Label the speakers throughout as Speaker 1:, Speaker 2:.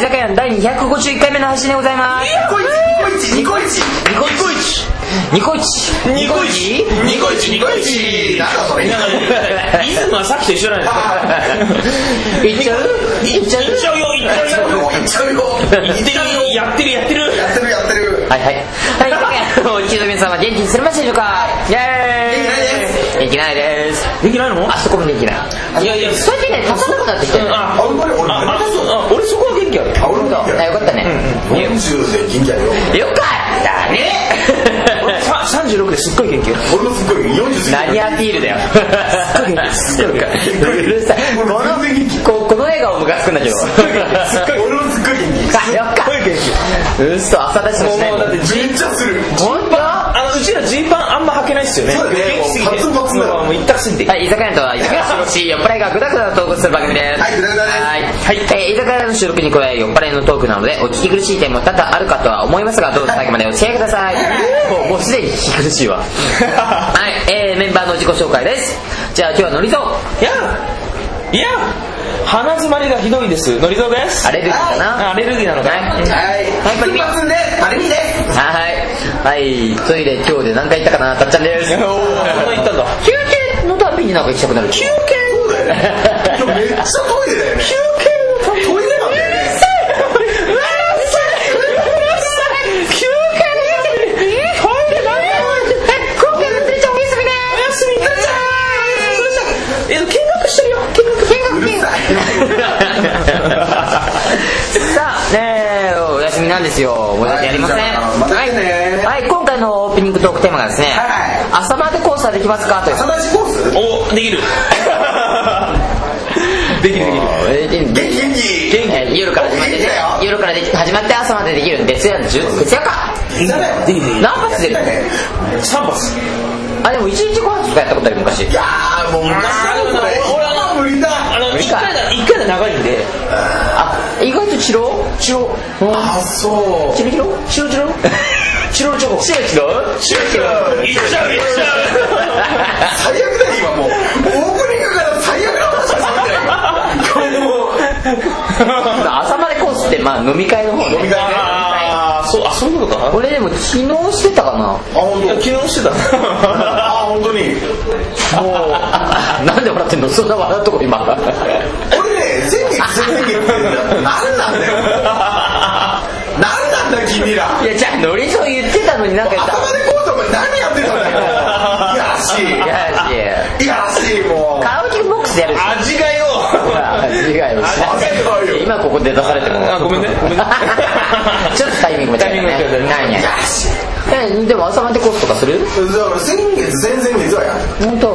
Speaker 1: 酒屋の第251回目の配信でございます
Speaker 2: コイチニコイチニコイチ
Speaker 1: ニコイチ
Speaker 2: ニコイチニコイチニコイチなんだそれ
Speaker 3: リズムはさっきと一緒なんです
Speaker 1: いっちゃういっちゃう
Speaker 3: よ。一応よ、一応よ。
Speaker 2: いっちゃうよ
Speaker 3: 一定にやってるやってる。
Speaker 2: やってるやってる
Speaker 1: はいはいはいというわけでお聞きの皆様元気にされましたでしょうかイエーイ元気ないです
Speaker 3: できないの
Speaker 1: あそこもできない
Speaker 3: いやいや、
Speaker 1: 最近ね立たなくなってきてるあ
Speaker 3: あ、
Speaker 2: あ俺まで俺
Speaker 3: あ、またそう、あ、俺そこは元気ある。
Speaker 2: あ俺もだ
Speaker 1: よかったね
Speaker 2: 40で銀じゃねえよ
Speaker 1: よかったね
Speaker 3: さ36ですっごい元気よ。
Speaker 2: 俺もすっごい40
Speaker 1: 何アピールだよすっごいすっごいうるさいこのここの笑顔ムカつくんだけど
Speaker 2: 俺もすっごい元
Speaker 1: あよっかうっそ朝出しもしない
Speaker 3: もうだって、
Speaker 2: 気めっちゃする
Speaker 1: ホンは
Speaker 3: あの、うちらジーパンあんま履けないっすよね。
Speaker 2: そうだね
Speaker 3: 元気すぎて。
Speaker 2: もうパツパツだよ
Speaker 3: もう一択すぎて。
Speaker 1: い居酒屋とは居酒屋の収録し酔っ払いがグダグダと投稿する番組です
Speaker 2: はいグダグダです
Speaker 1: はいはいえー居酒屋の収録に加え酔っ払いのトークなのでお聞き苦しい点も多々あるかとは思いますがどうぞ最後までお付き合いくだ さいもうもうすでに聞き苦しいわはいえーメンバーの自己紹介ですじゃあ今日はノリゾ
Speaker 3: いや、いや、鼻詰まりがひどいです。のりぞうです。
Speaker 1: アレルギーかな
Speaker 3: あアレルギーなのかな
Speaker 1: はい
Speaker 2: はい金髪でアレミです
Speaker 1: はい、はい、トイレ今日で何回行ったかなたっちゃん です
Speaker 3: おー、そんな言ったんだ。
Speaker 1: 休憩のたびになんか行きたくなる休
Speaker 2: そうだよね今日めっちゃトイレだよね
Speaker 3: 休
Speaker 2: トイレなんだよねうるさい
Speaker 1: さあねえお休みなんですよ申し訳ありません
Speaker 2: はいまた来てね
Speaker 1: はいはい、今回のオープニングトークテーマがですね
Speaker 2: はい
Speaker 1: 朝まで交差できますか?」という
Speaker 2: 朝立ちコース
Speaker 3: おできるできるできる
Speaker 1: えー
Speaker 2: 元気元気
Speaker 1: えー夜から始まってね
Speaker 2: 元気だよ
Speaker 1: 夜からでき始まって朝までできるんで月曜の10月曜か
Speaker 2: ダメよ
Speaker 3: できるできる
Speaker 1: 何発出る
Speaker 3: 3発
Speaker 1: あでも1日5発とかやったことある昔
Speaker 2: いやーもう無理だ
Speaker 3: あーでもな俺俺は
Speaker 2: 無理だ
Speaker 3: あの
Speaker 1: 無理
Speaker 3: 1
Speaker 1: か
Speaker 3: 回だ一回だ長いんで
Speaker 1: あ意外とチロチロ
Speaker 2: あそう
Speaker 1: チロチロチロチロ チロチ ロチロチロチロチロ
Speaker 3: いっちゃういっちゃ
Speaker 2: 最悪だよ今もうオープニングから最悪な話しかしてないよもう
Speaker 1: 朝までコースってまあ飲み会の方
Speaker 2: 飲み
Speaker 1: ね
Speaker 2: 会ね
Speaker 3: ああそうあそういうことか
Speaker 1: 俺でも昨日してたかな
Speaker 2: あ本
Speaker 3: いや
Speaker 2: 当。
Speaker 3: 昨日してた
Speaker 2: あ本当
Speaker 1: も
Speaker 2: に
Speaker 1: う なんで笑ってんのそんな笑うとこ今
Speaker 2: 俺ね前月前月って何なんだよ何なんだよ君ら
Speaker 1: いやじゃあノリそう言ってたのになんか言っ
Speaker 2: 頭
Speaker 1: た
Speaker 2: でこうとお前何やってたんだよいやらしい
Speaker 1: いやし
Speaker 2: いやらしいもう
Speaker 1: カラオケボックスでやる人
Speaker 3: 味がよ
Speaker 1: ほら違うよ
Speaker 2: 違うよ
Speaker 1: 今ここで出されても
Speaker 3: あごめんねごめんね
Speaker 1: ちょっとタイミング間違え
Speaker 3: タイミン
Speaker 1: た
Speaker 3: グ間違
Speaker 1: ね
Speaker 3: えたね
Speaker 1: ないねえでも朝までコースとかする
Speaker 2: だから先月前々月はや
Speaker 1: 本当。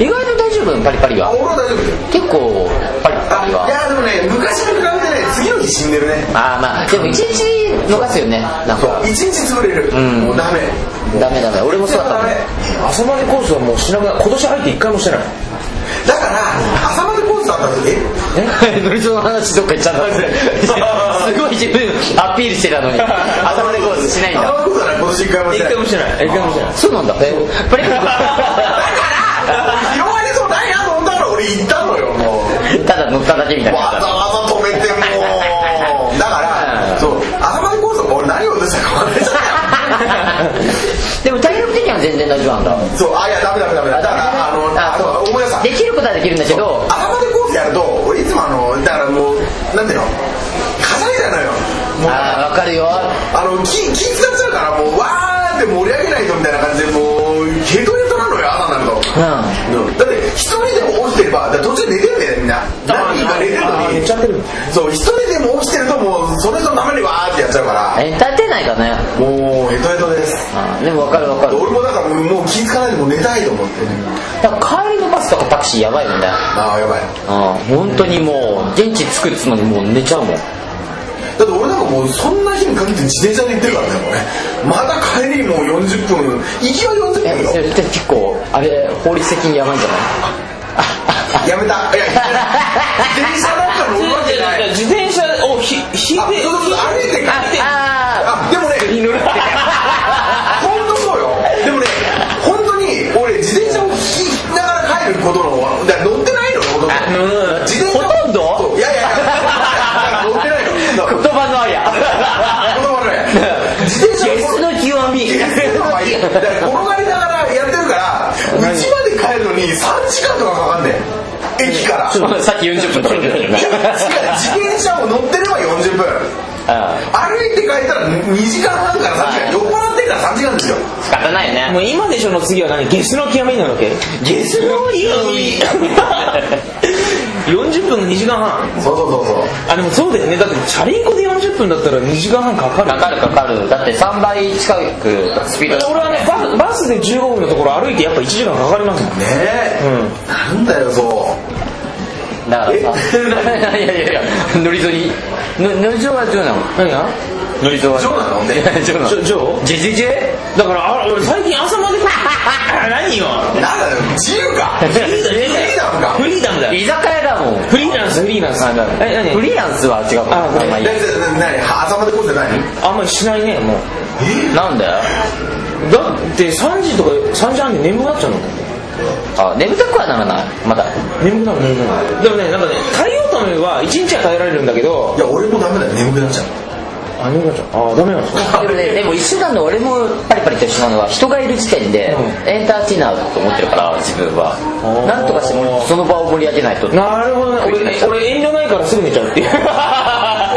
Speaker 1: 意外と大丈夫パリパリ
Speaker 2: あ
Speaker 1: は
Speaker 2: 俺は大丈夫だよ
Speaker 1: 結構パリパリ
Speaker 2: あい
Speaker 1: は
Speaker 2: やでもね昔に比べてね次の日死んでるね
Speaker 1: ああまあでも一日逃すよねなんか
Speaker 2: 一日潰れる、
Speaker 1: ん
Speaker 2: もうダメ
Speaker 1: ダメダメ俺もそうだった
Speaker 2: ダ
Speaker 1: もん
Speaker 2: メ
Speaker 3: 朝までコースはもうしなくな今年入って一回もしてない
Speaker 2: だから朝までコースだった時
Speaker 1: えノリゾの話どっか行っちゃった すごい自分アピールしてた のに朝までコースしないん
Speaker 2: 朝ま
Speaker 1: だ
Speaker 2: でコースだね今年一回もし
Speaker 3: 一
Speaker 2: てない
Speaker 3: 回もしてない一回もしてない
Speaker 1: そうなんだえパリパリ
Speaker 2: 拾われそうないなと思ったから俺行ったのよもう
Speaker 1: ただ乗っただけみたい
Speaker 2: わざ
Speaker 1: な
Speaker 2: わざ止めてもうだからそう朝までコースは俺何を落としたか分かんない
Speaker 1: でも体力的には全然大丈夫なんだ
Speaker 2: そうあいやダメダメダメだからあのあの思い出した
Speaker 1: できることはできるんだけど
Speaker 2: 朝までコースやると俺いつもあのだからもうなんていうのはしゃいだのよもう
Speaker 1: ああ分かるよ
Speaker 2: あの気気使っちゃうからもうわーって盛り上げないとみたいな感じでもうヘトヘトなのよ朝になる
Speaker 1: うん
Speaker 2: とだって一人でも起きてればだから途中で寝てるんだよみんな何人か寝てる
Speaker 3: あー
Speaker 2: の
Speaker 3: 寝
Speaker 2: に
Speaker 3: ちゃってる
Speaker 2: そう一人でも起きてるともうそれとためにわーってやっちゃうから
Speaker 1: エンターテイナーだね
Speaker 2: もうヘトヘトです
Speaker 1: うんでも分かる分かる
Speaker 2: 俺もだからもう気づかないでもう寝たいと思って
Speaker 1: だから帰りのバスとかタクシーやばいもんね
Speaker 2: ああやばい
Speaker 1: うん本当にもう現地着くっつうのにもう寝ちゃうもん
Speaker 2: だって俺なんかもうそんな日に限って自転車で行ってるからねもうねまだ帰りもう40分行きは40
Speaker 1: え
Speaker 2: 分よ
Speaker 1: それって結構あれ法律的にやばいんじゃない
Speaker 2: やめたいやいや電車なんか乗るわけない
Speaker 3: 自転車をひ引い
Speaker 2: あ、
Speaker 3: て
Speaker 2: そうそう歩いて帰って
Speaker 1: あ
Speaker 2: あでもね
Speaker 1: 乗るって
Speaker 2: 本当そうよでもね本当に俺自転車を引きながら帰ることの方がだから乗ってないのよほとん
Speaker 1: あ
Speaker 2: ど
Speaker 1: うん
Speaker 2: 自転車
Speaker 1: ほとんど
Speaker 2: そういやいやいやだから乗ってないの
Speaker 1: 言葉
Speaker 2: に3時間とかかかんねん駅から違う
Speaker 3: さっき40分とか言ってたよ な
Speaker 2: 自転車を乗ってれば40分
Speaker 3: あ
Speaker 2: 歩いて帰ったら2時間半から3時間酔っ払ってから3時間ですよ
Speaker 1: 仕方ないよ
Speaker 3: あ
Speaker 1: ね
Speaker 3: もう今でしょの次は何ゲスの極みになるわけ
Speaker 2: ゲスのいい
Speaker 3: 40分の2時間半
Speaker 2: そうそうそうそう
Speaker 3: あでもそうだよねだってチャリンコで40分だったら2時間半かかる
Speaker 1: かかるかかるだって3倍近くスピード
Speaker 3: 俺はねババスで15分のところ歩いてやっぱ1時間かかりますもんね
Speaker 2: ねえ、なんだよそう
Speaker 1: だからさ いやいやいや乗り添いの乗り添いはどうなの
Speaker 3: 何が
Speaker 1: 乗り添いは
Speaker 2: ジョーなのね
Speaker 1: ジョーなの
Speaker 3: ジョジョー
Speaker 1: ジェジェジェ
Speaker 3: だからあ俺最近朝まで あ何よ
Speaker 2: なんだよ自由か 自由だ
Speaker 3: フリーダムだよ
Speaker 1: 居酒屋だもん
Speaker 3: フリーランスフリーランスえ何
Speaker 1: フリーランスは違う
Speaker 3: あごめん
Speaker 1: まあいい
Speaker 2: だって何朝までこうじゃない
Speaker 3: あんまりしないねもう
Speaker 1: なんだよ
Speaker 3: だって3時とか3時半で眠くなっちゃうの
Speaker 1: あ眠たくはならないまだ
Speaker 3: 眠くなる眠くなるでもねなんかね耐えようと思えば1日は耐えられるんだけど
Speaker 2: いや俺もダメだよ眠くなっちゃう
Speaker 3: あ眠くなっちゃうあダメなんですか
Speaker 1: でもねでも一緒なの俺もパリパリと一緒なのは人がいる時点で
Speaker 3: うん
Speaker 1: エンターテイナーだと思ってるから自分は
Speaker 3: おー
Speaker 1: なんとかしてもその場を盛り上げないと
Speaker 3: なるほどね 俺俺遠慮ないからすぐ寝ちゃうっていう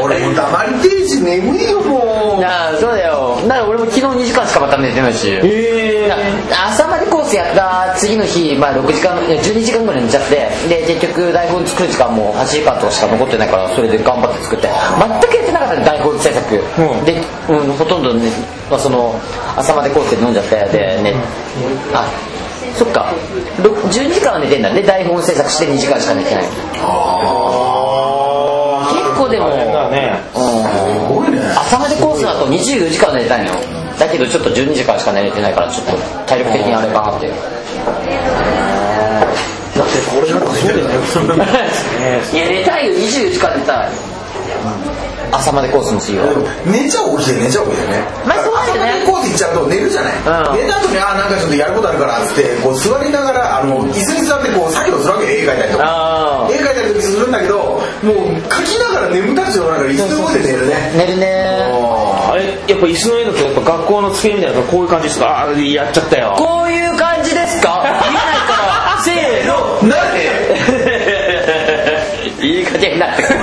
Speaker 2: 俺も黙りてるし眠いよもう
Speaker 1: ああそうだよだから俺も昨日2時間しかまた寝てないし
Speaker 3: へえ
Speaker 1: 朝までコースやった次の日、まあ、6時間いや12時間ぐらい寝ちゃってで結局台本作る時間も8時間とかしか残ってないからそれで頑張って作って全くやってなかったね台本制作、
Speaker 3: うん
Speaker 1: で、うん、ほとんど、ねまあ、その朝までコースで飲んじゃってで、ねあそっかろ12時間は寝てんだね台本制作して2時間しか寝てない
Speaker 2: あ
Speaker 1: 結構でも、
Speaker 3: 大変だね
Speaker 1: うん
Speaker 2: あすごいね
Speaker 1: 朝までコースだと24時間は寝たいのよだけどちょっと12時間しか寝れてないからちょっと体力的にあれかなっていう
Speaker 3: だってこれなんかそうだよね
Speaker 1: いや寝たいよ24時間寝たい朝までコースもするよ
Speaker 2: 寝ちゃう起きて寝ちゃう起きてね
Speaker 1: まあそうだよね
Speaker 2: 朝までこうって行っちゃうと寝るじゃない、
Speaker 1: うん
Speaker 2: 寝た後にあなんかちょっとやることあるからっつってこう座りながらあの椅子に座ってこう作業するわけ絵描いたりとか
Speaker 1: あ
Speaker 2: 絵描いたりとかするんだけどもう描きながら眠たくてしょうがないから椅子の上で寝るね
Speaker 1: 寝るね
Speaker 2: あ
Speaker 3: あれやっぱ椅子の上だとやっぱ学校の机みたいなのこういう感じですかあーやっちゃったよ
Speaker 1: こういう感じですか見えないからせーの
Speaker 2: ーなんで
Speaker 1: いい加減になってくる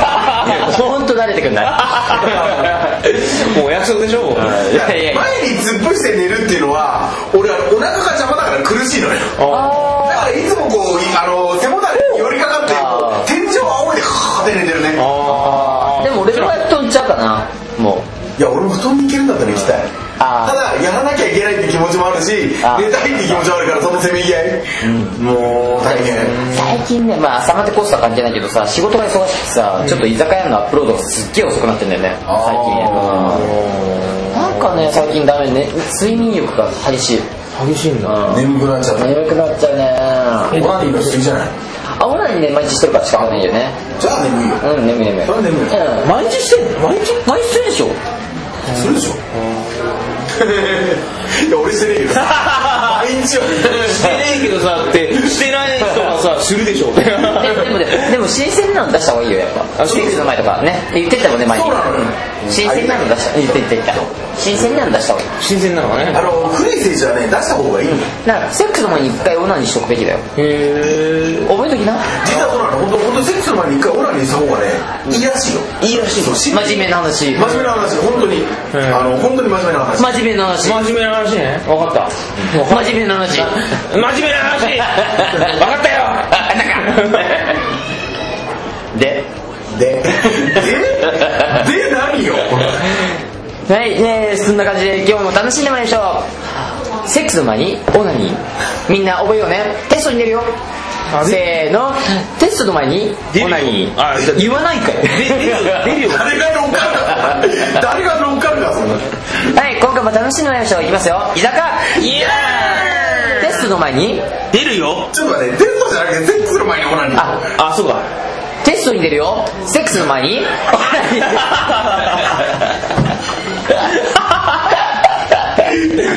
Speaker 1: ホント慣れてくんない
Speaker 3: もうお約束でしょもう
Speaker 1: いやいやいや
Speaker 2: 前に突っ伏して寝るっていうのは俺はお腹が邪魔だから苦しいのよ
Speaker 3: あ
Speaker 2: だからいつもこういあの背もたれに寄りかかって
Speaker 1: あー
Speaker 2: 天井を仰いでカーって寝てるね
Speaker 3: ーあー
Speaker 1: でも俺のやっとんちゃうかなもう
Speaker 2: いや俺も布団に行けるんだったら行きたい
Speaker 1: あー
Speaker 2: ただやらなきゃいけないって気持ちもあるし寝
Speaker 1: あ
Speaker 2: た
Speaker 1: ー
Speaker 2: いって気持ちもあるからそのせめぎ合い、もう大変
Speaker 1: 最近ね、まあ、朝までコースとは関係ないけどさ仕事が忙しくてさ、ちょっと居酒屋のアップロードがすっげえ遅くなってんだよね最近うんなんかね最近ダメね睡眠欲が激しい、
Speaker 3: 激しいんだ
Speaker 2: 眠くなっちゃう
Speaker 1: 眠くなっちゃうね
Speaker 2: オナニーのしすぎじゃない
Speaker 1: あオナニーね毎日してるから仕方ないよね
Speaker 2: じゃあ眠いよ
Speaker 1: うん眠い眠い
Speaker 2: それは眠い
Speaker 1: うん
Speaker 3: 毎日してんの毎日
Speaker 1: 毎日してるで しょ
Speaker 2: するでしょ いや俺してねえけど毎日
Speaker 3: し
Speaker 2: は
Speaker 3: てねえけどさってしてない人がさする でしょ
Speaker 1: ででもねでも新鮮なの出した方がいいよやっぱ
Speaker 3: あそう
Speaker 1: セックスの前とかね言ってたもんね前に
Speaker 2: そうなのよ
Speaker 1: 新鮮なの出した言って言って言った新鮮なの出した方がいい
Speaker 3: 新鮮なのがね
Speaker 2: あの古い選手はね出した方がいいの
Speaker 1: だからセックスの前に一回オナニーしとくべきだよ
Speaker 3: へえ
Speaker 1: 覚えときな
Speaker 2: 実はそうなの本当本当セックスの前に一回オナニーした方がねいいらしいよ
Speaker 1: いいらしい
Speaker 2: そう
Speaker 1: 真面目な話
Speaker 2: 真面目な話本当に
Speaker 3: ん
Speaker 2: あの本当に真面目な話
Speaker 1: 真面目な話
Speaker 3: 真面目な話ね分かった
Speaker 1: 真面目な話
Speaker 3: 真面目な話分かったよなんか
Speaker 1: で
Speaker 2: ででで何 よ
Speaker 1: はいねえそんな感じで今日も楽しんでまいりましょうセックスの前にオナニーみんな覚えようねテストに出るよ
Speaker 3: あれ
Speaker 1: せーのテストの前に
Speaker 3: 出るよ
Speaker 1: オナニー
Speaker 3: あ
Speaker 1: 言わないかい
Speaker 3: 出るよ
Speaker 2: 誰が乗っかるか誰が乗っかるかそん な
Speaker 1: はい今回も楽しんでまいりましょういきますよ居酒屋
Speaker 3: イエーイ
Speaker 1: テストの前に
Speaker 3: 出るよ
Speaker 2: ちょっと待ってテストじゃなくてセックスの前にオナニー
Speaker 1: あ
Speaker 3: あそうか
Speaker 1: テストに出るよセックスの前 にオナニ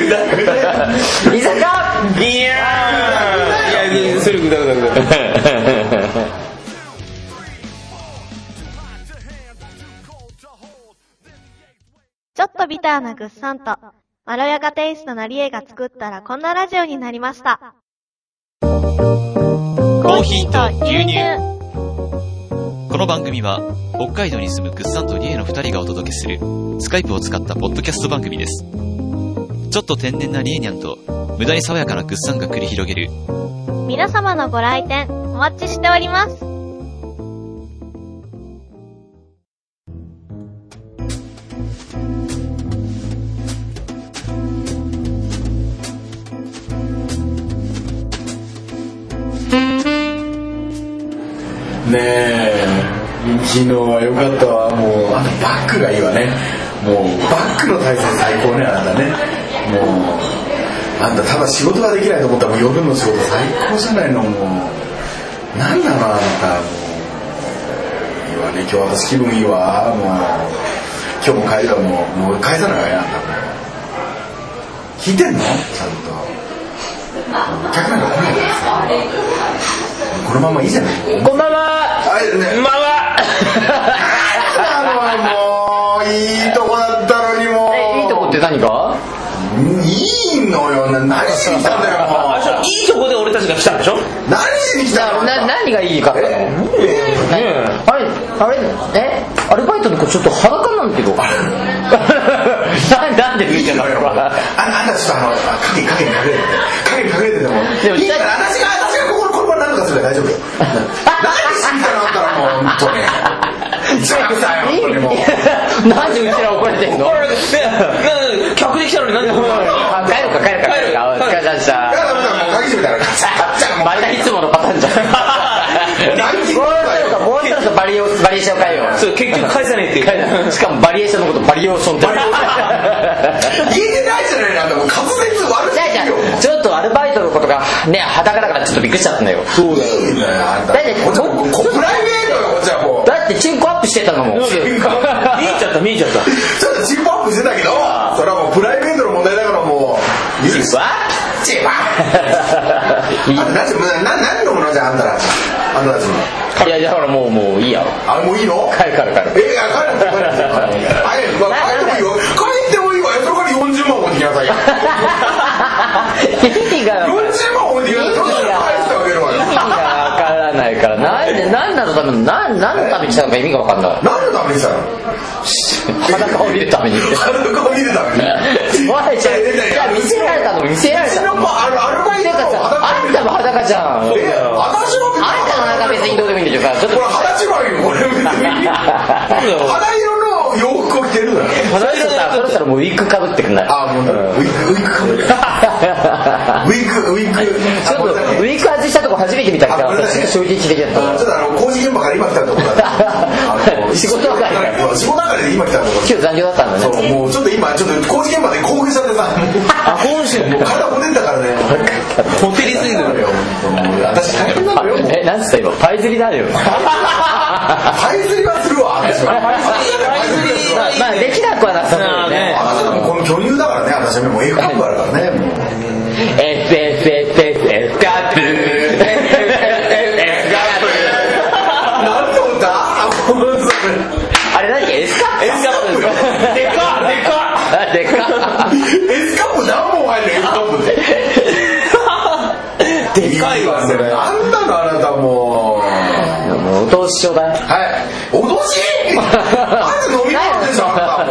Speaker 3: いや
Speaker 1: ー居酒屋
Speaker 3: ーいやいやそれぐだぐだぐだ
Speaker 4: ちょっとビターなぐっさんと、まろやかテイストなりえが作ったらこんなラジオになりました。
Speaker 5: コーヒーと牛乳この番組は北海道に住むグッサンとリエの2人がお届けするスカイプを使ったポッドキャスト番組ですちょっと天然なリエニャンと無駄に爽やかなグッサンが繰り広げる
Speaker 4: 皆様のご来店お待ちしております。
Speaker 2: ねえ昨日は良かったわもうあとバックがいいわねもうバックの体操最高ねあなたねもうあんたただ仕事ができないと思ったらもう夜の仕事最高じゃないのもう何なのあなたもういいわね今日私気分いいわもう今日も帰りはもうもう返さないわよあんたもう聞いてんのちゃんとお客なんか来ないからさこのままいいじゃない
Speaker 1: こんばんは
Speaker 2: あれね
Speaker 1: こんばんは
Speaker 2: あのもういいとこだったのにもう
Speaker 1: えいいとこって何か
Speaker 2: いいのよな何しに来たんだよも
Speaker 3: ああそう
Speaker 2: う
Speaker 3: いいとこで俺たちが来たんでしょ
Speaker 2: 何しに来たの
Speaker 1: な何がいいかったの
Speaker 2: え
Speaker 1: あれあれえアルバイトの子ちょっと裸 なんだけどななんで見
Speaker 2: いい
Speaker 1: てた
Speaker 2: のよ
Speaker 1: の
Speaker 2: もうああんたちょっとあの影影に隠れて影に隠れてても
Speaker 1: でも
Speaker 2: いいから私が私がこここの場に何とかすれば大丈夫よ何しに来たのあんたらもう本当に一番さ本当にもう
Speaker 1: なんでうちら怒られてんの
Speaker 3: これねなな客で来たのになんでこんな
Speaker 1: あ 帰るか帰るか帰るかお疲れ様でし
Speaker 2: いや
Speaker 1: た
Speaker 2: だからもう鍵閉めたらカチャカ チャ
Speaker 1: またいつものパターンじゃん
Speaker 2: 何人
Speaker 1: もうちょっともうちょっとバリエーバリエーション変えよう
Speaker 3: そう結局返さねえっていう
Speaker 1: しかもバリエーションのことバリエーションって
Speaker 2: バリエー言えてないじゃないのあんたもう滑舌悪
Speaker 1: じゃあじゃ
Speaker 2: すぎよ
Speaker 1: あちょっとアルバイトのことがね裸だからちょっとびっくりしちゃったんだよ
Speaker 2: そうだよ。あんた。
Speaker 1: だって
Speaker 2: こっちはもうこプライベートよ、こっちはもう。
Speaker 1: だってチンコアップしてたのも
Speaker 3: 見
Speaker 1: ん
Speaker 3: えちゃった見えちゃった
Speaker 2: ちょっとチンポアップしてたけど、それはもうプライベートの問題だからもう。チンパチンパあんた、何何何のものじゃあ、あんたら。あんたたちも。
Speaker 1: いやいやだからもうもういいや
Speaker 2: あ、もういいの
Speaker 1: 帰る帰る帰る
Speaker 2: え、あ帰る帰る帰る。あれ、まあ、帰ってもいいよ。帰ってもいいわよ。そこに40万持ってきなさいよ。
Speaker 1: 意味が
Speaker 2: 40万持ってきなさい。そしたら返してあげるわよ
Speaker 1: 意。味がわからないからなんで何なのための何何のために来たのか意味がわかんない
Speaker 2: 何のためにしたの
Speaker 1: 裸を見るために
Speaker 2: 裸を見るために。
Speaker 1: おいじゃあじゃあ見せられたの見せられ
Speaker 2: うち
Speaker 1: た
Speaker 2: の
Speaker 1: の
Speaker 2: 子あのアルバイ
Speaker 1: て
Speaker 2: ト
Speaker 1: かさ
Speaker 2: の裸
Speaker 1: あんたも裸じゃんあん
Speaker 2: え私も
Speaker 1: たの裸別にどうでもいいんだけどさちょっ
Speaker 2: これ肌違いよこれ別 に肌色の洋服を着てるのよ
Speaker 1: とそろそろさそろそろもうウィッグかぶってくんない
Speaker 2: あもうウィッグウィッグかぶるウィッグウィッグ
Speaker 1: ちょっとウィーク外したとこ初めて見たから私ちょっと衝撃的だった
Speaker 2: あちょっとあの工事現場から今来たところだ
Speaker 1: 仕事上がりだ
Speaker 2: 仕事上がりで今来たとこ
Speaker 1: 今日残業だったんだ
Speaker 2: そ
Speaker 1: ね
Speaker 2: うもうちょっと今ちょっと工事現場で興奮しちゃってさ
Speaker 3: あ本州
Speaker 2: もう体ほてんだからね
Speaker 3: ホテリすぎる
Speaker 2: だよ私大変なのよもう
Speaker 1: えなんつった今パイ釣りだよ
Speaker 2: パイ釣りはするわ私は
Speaker 3: イ釣り
Speaker 1: まあまあできなくはなさそうだよね
Speaker 3: ね
Speaker 2: 私はもうこの巨乳だからね私はねもう A カップあるからねもう
Speaker 1: SSSS カップ
Speaker 2: 何の歌あもうそれ
Speaker 1: あれ何 S カップ
Speaker 2: S カップよ
Speaker 3: でかでか
Speaker 1: あでか
Speaker 2: S カップ何本入るの S カップってでかいわそれあんなのあなたもう
Speaker 1: っもうお通しちょうだい
Speaker 2: はい脅しまず飲み込むでしょあんたも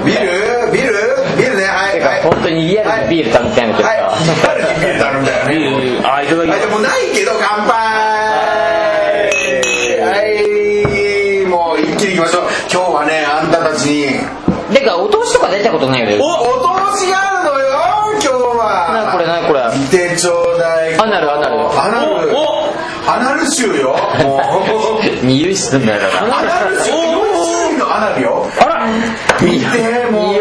Speaker 2: うビールビールビールねはいはい
Speaker 1: 本当にリアルにビール食べたいんだけどさ、
Speaker 2: はいビールビール頼んだよね
Speaker 3: あいただきま
Speaker 2: はい、
Speaker 3: す
Speaker 2: でもないけど乾杯はいもう一気にいきましょう今日はねあんたたちに
Speaker 1: でかお通しとか出たことないよね
Speaker 2: おお通しがあるのよ今日
Speaker 1: なこれ
Speaker 2: は
Speaker 1: なこれ
Speaker 2: 見てちょうだい
Speaker 1: アナルアナル
Speaker 2: アナル
Speaker 3: お
Speaker 2: アナル臭よもう
Speaker 1: 見るすんだよだから
Speaker 2: アナル臭4種類のアナルよ
Speaker 1: あら
Speaker 2: 見てもう
Speaker 1: 匂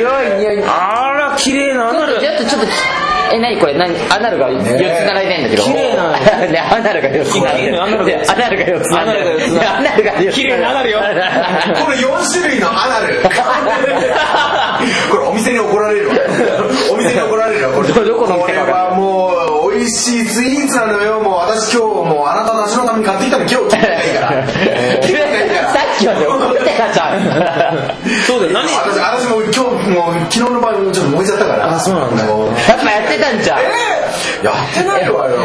Speaker 1: い匂い匂い
Speaker 3: あら綺麗なアナル
Speaker 1: ちょっとちょっとえ何これ何アナルが四つ並んでんだけど
Speaker 3: 綺麗な
Speaker 1: ねアナルが四つ並んで
Speaker 3: 綺麗なアナルが四つ
Speaker 1: アナルが四つ並んで
Speaker 3: アナルが
Speaker 1: る
Speaker 3: 四つ並んでる
Speaker 1: いやアナルが四つ
Speaker 3: 綺
Speaker 1: 並んでる
Speaker 3: 麗なアナ ルよ
Speaker 2: これ4種類のアナルこれお店に怒られるわお店に怒られるわこれ
Speaker 1: どどこのお
Speaker 2: こ
Speaker 1: 店
Speaker 2: れ
Speaker 1: か分か
Speaker 2: はもう美味しいスイーツなのよもう私今日もうあなたたちのために買ってきたの今日切れないから切れないから
Speaker 1: さっきまで怒ってたじゃん
Speaker 3: そうだよ何
Speaker 2: 私私も今日もう昨日の場合もちょっと燃えちゃったから
Speaker 3: あそうなんだ
Speaker 2: もう
Speaker 1: やっぱやってたんじゃん
Speaker 2: やってないわよ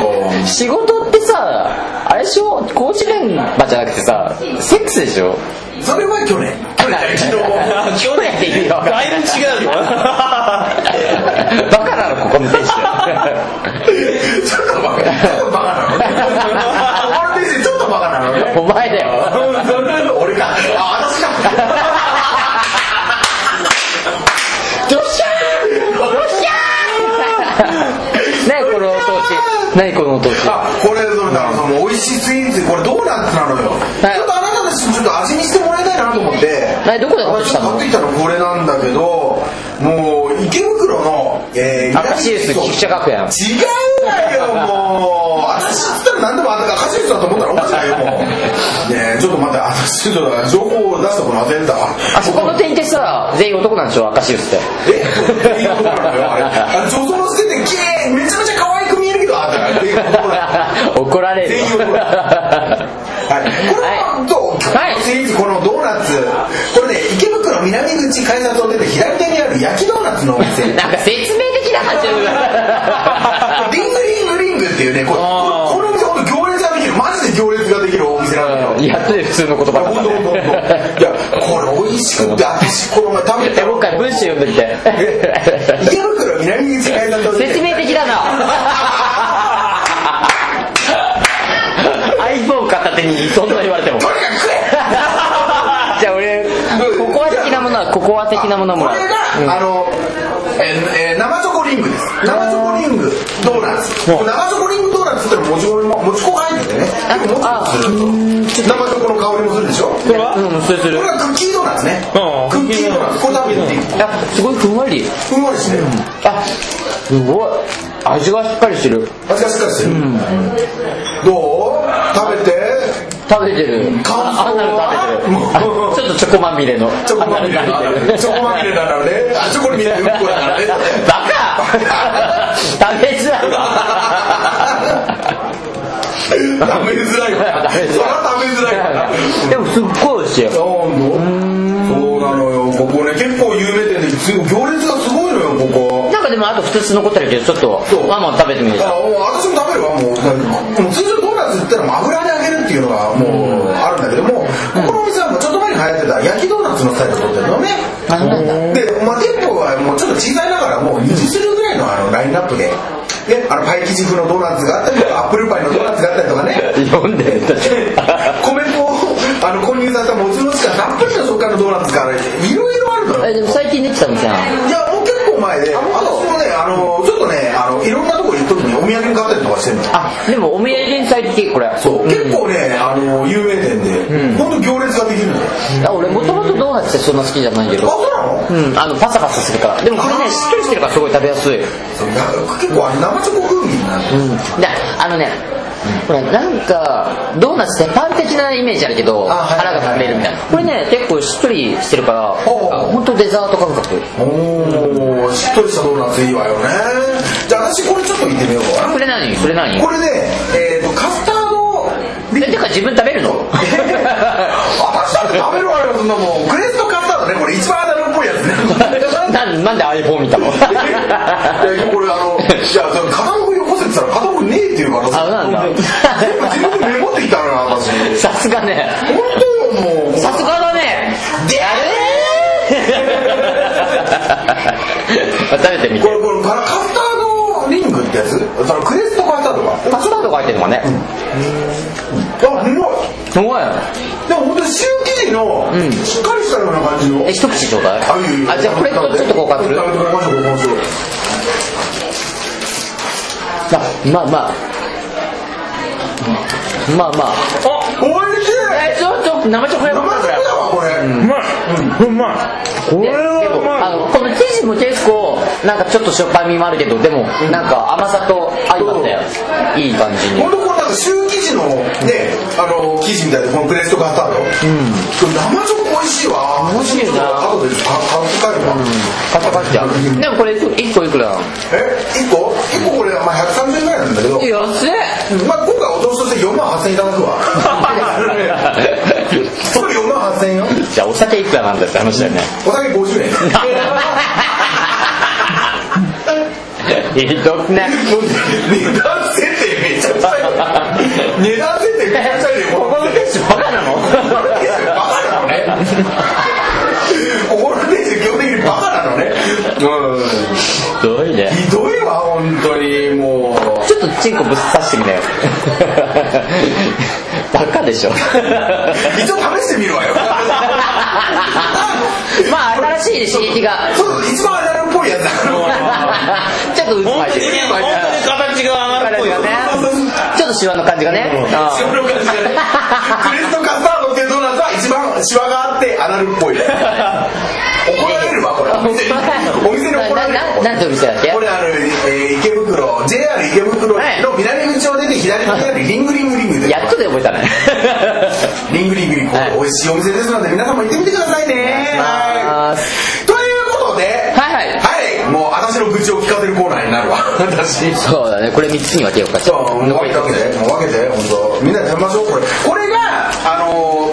Speaker 1: 仕事ってさあれしよう工事現場じゃなくてさセックスでしょ
Speaker 2: それは去年去年昨日
Speaker 1: あ去年って言うよ
Speaker 3: だいぶ違うよ
Speaker 1: バカなのここの 選手
Speaker 2: ちょっとバカちょっとバカなのね俺別にちょっとバカなのね
Speaker 1: お前だよ
Speaker 2: 俺かあ私か
Speaker 1: ドシャーンドシャーン何このお通し何このお通し
Speaker 2: あこれそれだからその美味しいスイーツこれドーナツなのよ、
Speaker 1: い
Speaker 2: ちょっとあなたたちちょっと味見してもらいたいなと思って
Speaker 1: えどこで買ってきたの
Speaker 2: あちょっと買ってきたのこれなんだけどもう池袋のえー
Speaker 1: 赤シウス菊池学園
Speaker 2: 違うわよもう私知ったら何でもあ赤シウスだと思ったらおかしいよもうねえちょっと待って赤シウスだから情報を出すとこの忘れてたわ
Speaker 1: あそこの店員ってさ全員男なんでしょ赤シウスって
Speaker 2: えっていうことなのよあれあ女装しててきれいめちゃめちゃ可愛く見えるけどあだからっていうことだ
Speaker 1: 怒られる
Speaker 2: 全員怒らはい、これはどう、
Speaker 1: はい
Speaker 2: スイーツこのドーナツこれね池袋南口改札を出て左手にある焼きドーナツのお店リン
Speaker 1: なんか説明的な話だ
Speaker 2: グリングリングっていうねこれ
Speaker 3: あー
Speaker 2: このお店本当行列ができるマジで行列ができるお店なんだよ
Speaker 1: やっとで普通の言葉
Speaker 2: ほ
Speaker 1: だっ
Speaker 2: んと
Speaker 1: た
Speaker 2: ほんとほんといやこれ美味しくて私この前食べて
Speaker 1: えもう一回文章読んでみて
Speaker 2: 池袋南口改札を出て
Speaker 1: 説明的だな iPhone 片手にそんな言われても
Speaker 2: とにかく食え
Speaker 1: じゃあ俺ココア的なものはココア的なものも
Speaker 2: こ
Speaker 1: らう
Speaker 2: れが、あの、えーえー生チョコリングです生チョコリングドーナツ生チョコリングドーナツってのはもち米ももち粉が入っててねでももちもちすると生チョコの香りもするでしょこ
Speaker 3: れは
Speaker 1: うんそれす
Speaker 2: れ
Speaker 1: る
Speaker 2: がクッキードーナツね
Speaker 3: うん
Speaker 2: クッキードーナツこれ食べていい
Speaker 1: あすごいふんわり
Speaker 2: ふんわりしてる
Speaker 1: あすごい味がしっかりしてる
Speaker 2: 味がしっかりしてるどう食べて
Speaker 1: 食べてる
Speaker 2: 感
Speaker 1: あ
Speaker 2: 想
Speaker 1: アナル食べて
Speaker 2: は
Speaker 1: るあちょっとチョコまみれの
Speaker 2: チョコまみれ
Speaker 1: アナル食べてる
Speaker 2: チョコまみれだからねあチョコみんなうんこだからね
Speaker 1: バカ食べづらいわ
Speaker 2: 食べづらいわ
Speaker 1: 食べづらい
Speaker 2: それは食べづらいわ
Speaker 1: でもすっごい美味しいよ
Speaker 2: そうなのよここね結構有名店ですごい行列がすごいのよここ
Speaker 1: なんかでもあと2つ残ってるけどちょっ
Speaker 2: そう
Speaker 1: とワンワン食べてみる
Speaker 2: あもう私も食べるわもうもう通常ドーナツって言ったらもう油で揚げるっていうのがもうあるんだけども、ここのお店はもうちょっと前に流行ってた焼きドーナツのスタイルを取ってるのね
Speaker 1: あそうなんだ
Speaker 2: で、まあ、店舗はもうちょっと小さいながらもう20種類ぐらいのあのラインナップでね、あのパイ生地風のドーナツがあったり とかアップルパイのドーナツがあったりとかね
Speaker 1: 読んでる
Speaker 2: 米粉をあの混入させたもつのしかたっぷりの食感のドーナツからいろいろあるのよ
Speaker 1: えでも最近できたのじゃん
Speaker 2: いやもう結構前で、あ私もね、あのちょっとね、あのいろんなとこ行くときにお土産に買ったりとかしてるの。
Speaker 1: あでもお土産に最適これ
Speaker 2: そう、
Speaker 1: ん
Speaker 2: 結構ね、あの有名店
Speaker 1: うん
Speaker 2: で、本当行列ができるのよ。
Speaker 1: あ俺もともとドーナツってそんな好きじゃないけ
Speaker 2: あ、
Speaker 1: ど
Speaker 2: そうなの？
Speaker 1: うんあのパサパサするからでもこれねしっとりしてるからすごい食べやすい
Speaker 2: そういや結構あれ生チョコ風味になる。
Speaker 1: であのねこれなんかドーナツってパン的なイメージあるけど
Speaker 2: あはい
Speaker 1: 腹が食べれるみたいなこれね結構しっとりしてるから
Speaker 2: ほう
Speaker 1: 本当デザート感覚
Speaker 2: おお、しっとりしたドーナツいいわよね。じゃあ私これちょっと行ってみようか
Speaker 1: それ何それ何
Speaker 2: な。これで、えっとカスタード
Speaker 1: え
Speaker 2: リ
Speaker 1: てか自分食べる の
Speaker 2: 私だって食べるわよそんなもん。グレースとカスタードね、これ一番アナルっぽいやつね。
Speaker 1: なんなんで iPhone 見たの
Speaker 2: いやこれあのいやその片奥よこせって言ったら片奥ねえっていうから
Speaker 1: あなんだ
Speaker 2: 全部自分でメモってきたのよ私
Speaker 1: さすがね
Speaker 2: 本当よもう
Speaker 1: さすがだね
Speaker 2: で
Speaker 1: まあ食べてみ
Speaker 2: こ
Speaker 1: て
Speaker 2: れこれカカスタードリングってやつそのクレストカスタードが
Speaker 1: パスタードが入ってるのかね
Speaker 2: あうまい
Speaker 1: すごい
Speaker 2: でも本当にシュー生地の
Speaker 1: ん
Speaker 2: しっかりしたような感じの
Speaker 1: え一口ちょうだい
Speaker 2: あいいよいいよ
Speaker 1: あじゃあこれとちょっと交換する
Speaker 2: 食べて交換しよう交換しよう
Speaker 1: まあまあまあまあまあ
Speaker 2: おいしい
Speaker 1: えちょっと生チョコや
Speaker 2: 生
Speaker 1: ろ
Speaker 2: チョコだわこれ、
Speaker 3: うまいうまいこ
Speaker 1: で
Speaker 3: れ
Speaker 1: で
Speaker 3: はう
Speaker 1: もあ
Speaker 3: まい
Speaker 1: のこの生地も結構なんかちょっとしょっぱみもあるけどでもなんか甘さと相まっていい感じに
Speaker 2: 本当これなんかシュー生地のね、あの生地みたいなこのプレストカスタード、うん、生チョコ美味しいわ
Speaker 1: 美味しいよな
Speaker 2: 後で買って帰るわ、
Speaker 1: パサパサじゃんでもこれ1個いくらなの
Speaker 2: え一個一個これ、まあ、130円ぐらいなんだけど、
Speaker 1: 安い
Speaker 2: まあ、今回お通しとして4万8000円いただくわそれ4万8000円よ
Speaker 6: じゃあお酒いくらなんだって話だよね
Speaker 2: お酒50円
Speaker 6: ひどくね
Speaker 2: 値段設定めちゃくちゃいい値段設定めちゃくちゃいいよここのテンションバカなのここのテンションバカなのねここのテンション基本的にバカなのね
Speaker 6: ひどいね
Speaker 2: うんひどいわ本当にもう
Speaker 6: ちょっとチンコぶっ刺してみなよバカでしょ
Speaker 2: 一応試してみるわよ
Speaker 1: まあ新しい刺激 が
Speaker 2: そうそう一番アダルっぽいやつだ
Speaker 1: ちょっと渦
Speaker 3: 本
Speaker 1: 巻い
Speaker 3: 当
Speaker 1: て
Speaker 3: に
Speaker 1: る
Speaker 3: 本当に形が上がるっぽいよね
Speaker 1: ちょっとシワの感じがね
Speaker 2: シワの感じがねクレストカスタードってドーナツは一番シワがあってアナルっぽい怒られるわこれお店にお店に怒られるわこれ
Speaker 1: 何てお店だっけ
Speaker 2: これあの、えー池袋 JR 池袋の南口を出て左手にあるリングリングリングです
Speaker 1: やっとで覚えたね
Speaker 2: リングリングリングこ
Speaker 1: はい
Speaker 2: こ美味しいお店ですので皆さんも行ってみてください
Speaker 1: 願
Speaker 2: ね
Speaker 1: いしま
Speaker 2: はいということで
Speaker 1: はいはい
Speaker 2: はいもう私の愚痴を聞かせるコーナーになるわ 私
Speaker 1: そうだねこれ3つに分けようかし
Speaker 2: そう分けて分けて分けて本当みんなで食べましょうこれこれがあの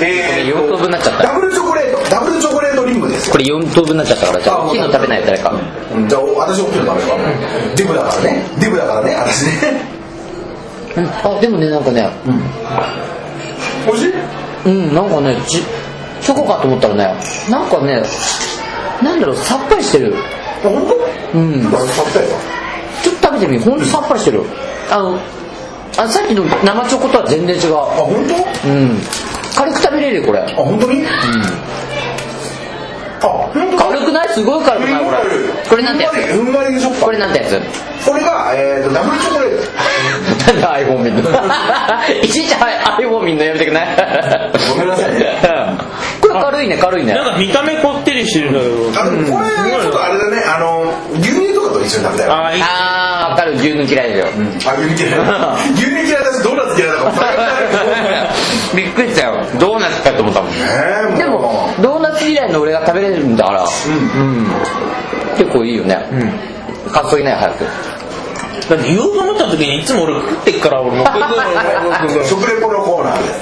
Speaker 2: ーえー
Speaker 1: 4等分になっちゃった
Speaker 2: ダブルチョコレートダブルチョコレートリングですよ
Speaker 1: これ4等分になっちゃったからじゃあ大きいの食べないよ誰か
Speaker 2: じゃあ私大きいの食べるわデブだからねデブだからね 私ね
Speaker 1: うんあでもねなんかね
Speaker 2: 美味しい
Speaker 1: うんなんかねじチョコかと思ったらねなんかねなんだろうさっぱりしてる
Speaker 2: あ本当
Speaker 1: うん
Speaker 2: なんか食べたいわ
Speaker 1: ちょっと食べてみほんとさっぱりしてるあのあさっきの生チョコとは全然違
Speaker 2: あ
Speaker 1: う
Speaker 2: 本当
Speaker 1: うん軽く食べれるよこれ
Speaker 2: あ本当に、うん、あ本当だ
Speaker 1: 軽くないすごい軽くないこれこれなんてやつ
Speaker 2: ふんわりでしょっぱい
Speaker 1: これなんてやつ
Speaker 2: これが、えー、とダブルチョコレー
Speaker 1: なんで iPhone 見んのいちいち iPhone 見んのやめてく ない
Speaker 2: トごめんなさいね
Speaker 1: これ軽いね軽いね
Speaker 3: なんか見た目こってりしてるのよ
Speaker 2: あのこれちょっとあれだねあの牛乳とかと一緒に食べたいわ
Speaker 3: あーいい
Speaker 1: あーわかる牛乳嫌いだよ
Speaker 2: あ牛乳嫌い 牛乳嫌いだしドーナツ嫌いだからお酒嫌い
Speaker 1: びっくりしたよドーナツかと思ったもん
Speaker 2: えー、もう
Speaker 1: でもドーナツ以来の俺が食べれるんだからうん結構いいよね感想言いない早く
Speaker 3: だって言おうと思った時にいつも俺食ってっから俺もう食う食う食う食う
Speaker 2: 食レポのコーナーです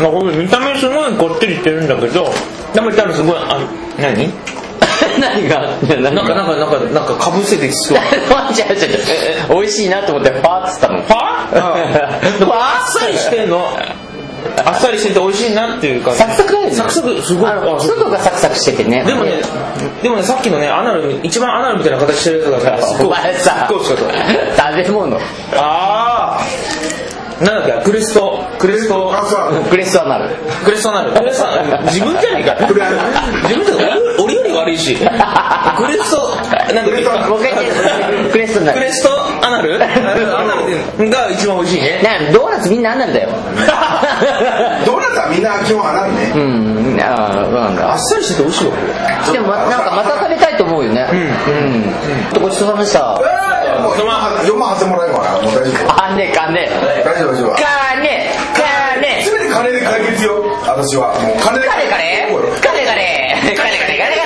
Speaker 3: まあほんと見た目すごいこってりしてるんだけど食べたらすごいあの何
Speaker 1: 何が
Speaker 3: なんかなんかなんかなんかかぶせてきそう
Speaker 1: 違う違う違う美味しいなと思ってファーっつったもん
Speaker 3: はぁあっさりしてんのあっさりしてて美味しいなっていう感じ
Speaker 1: サクサクだよね
Speaker 3: サクサクすごい
Speaker 1: あの
Speaker 3: あそう
Speaker 1: 外がサクサクしててね
Speaker 3: でもねでもねさっきのねアナル一番アナルみたいな形してるやつがねすっ
Speaker 1: お
Speaker 3: ごい
Speaker 1: 前
Speaker 3: すっ
Speaker 1: さ
Speaker 3: ごい美味しかっ
Speaker 1: 食べ物
Speaker 3: たああなんだっけクレストクレスト
Speaker 2: あそう
Speaker 1: クレスはなる
Speaker 3: クレストなるクレストなる自分じゃねえか
Speaker 2: レ
Speaker 3: 自分じゃねえか俺より悪いしクレストなんだっけ
Speaker 1: もう一回言ってクレストにな
Speaker 3: ク
Speaker 1: る
Speaker 3: レストアナルアナルが一番美味しいね
Speaker 1: ねドーナツみんなあんなんだよ
Speaker 2: ドーナツはみんな基本あらんね
Speaker 1: うんああそうなん
Speaker 3: あ
Speaker 1: だ
Speaker 3: っさりしてて美味しいわこれ
Speaker 1: でもまなんかまた食べたいと思うよねうん、うん、ちょっとごちそうさまでした
Speaker 2: えー、もう4万8 4万8000もらえるからもう大丈夫
Speaker 1: あんねかんね
Speaker 2: 大丈夫大丈夫
Speaker 1: かねかね
Speaker 2: 全て金で解決よ私はもう金で
Speaker 1: カレカレ
Speaker 2: そうよ
Speaker 1: カレカレカレカレ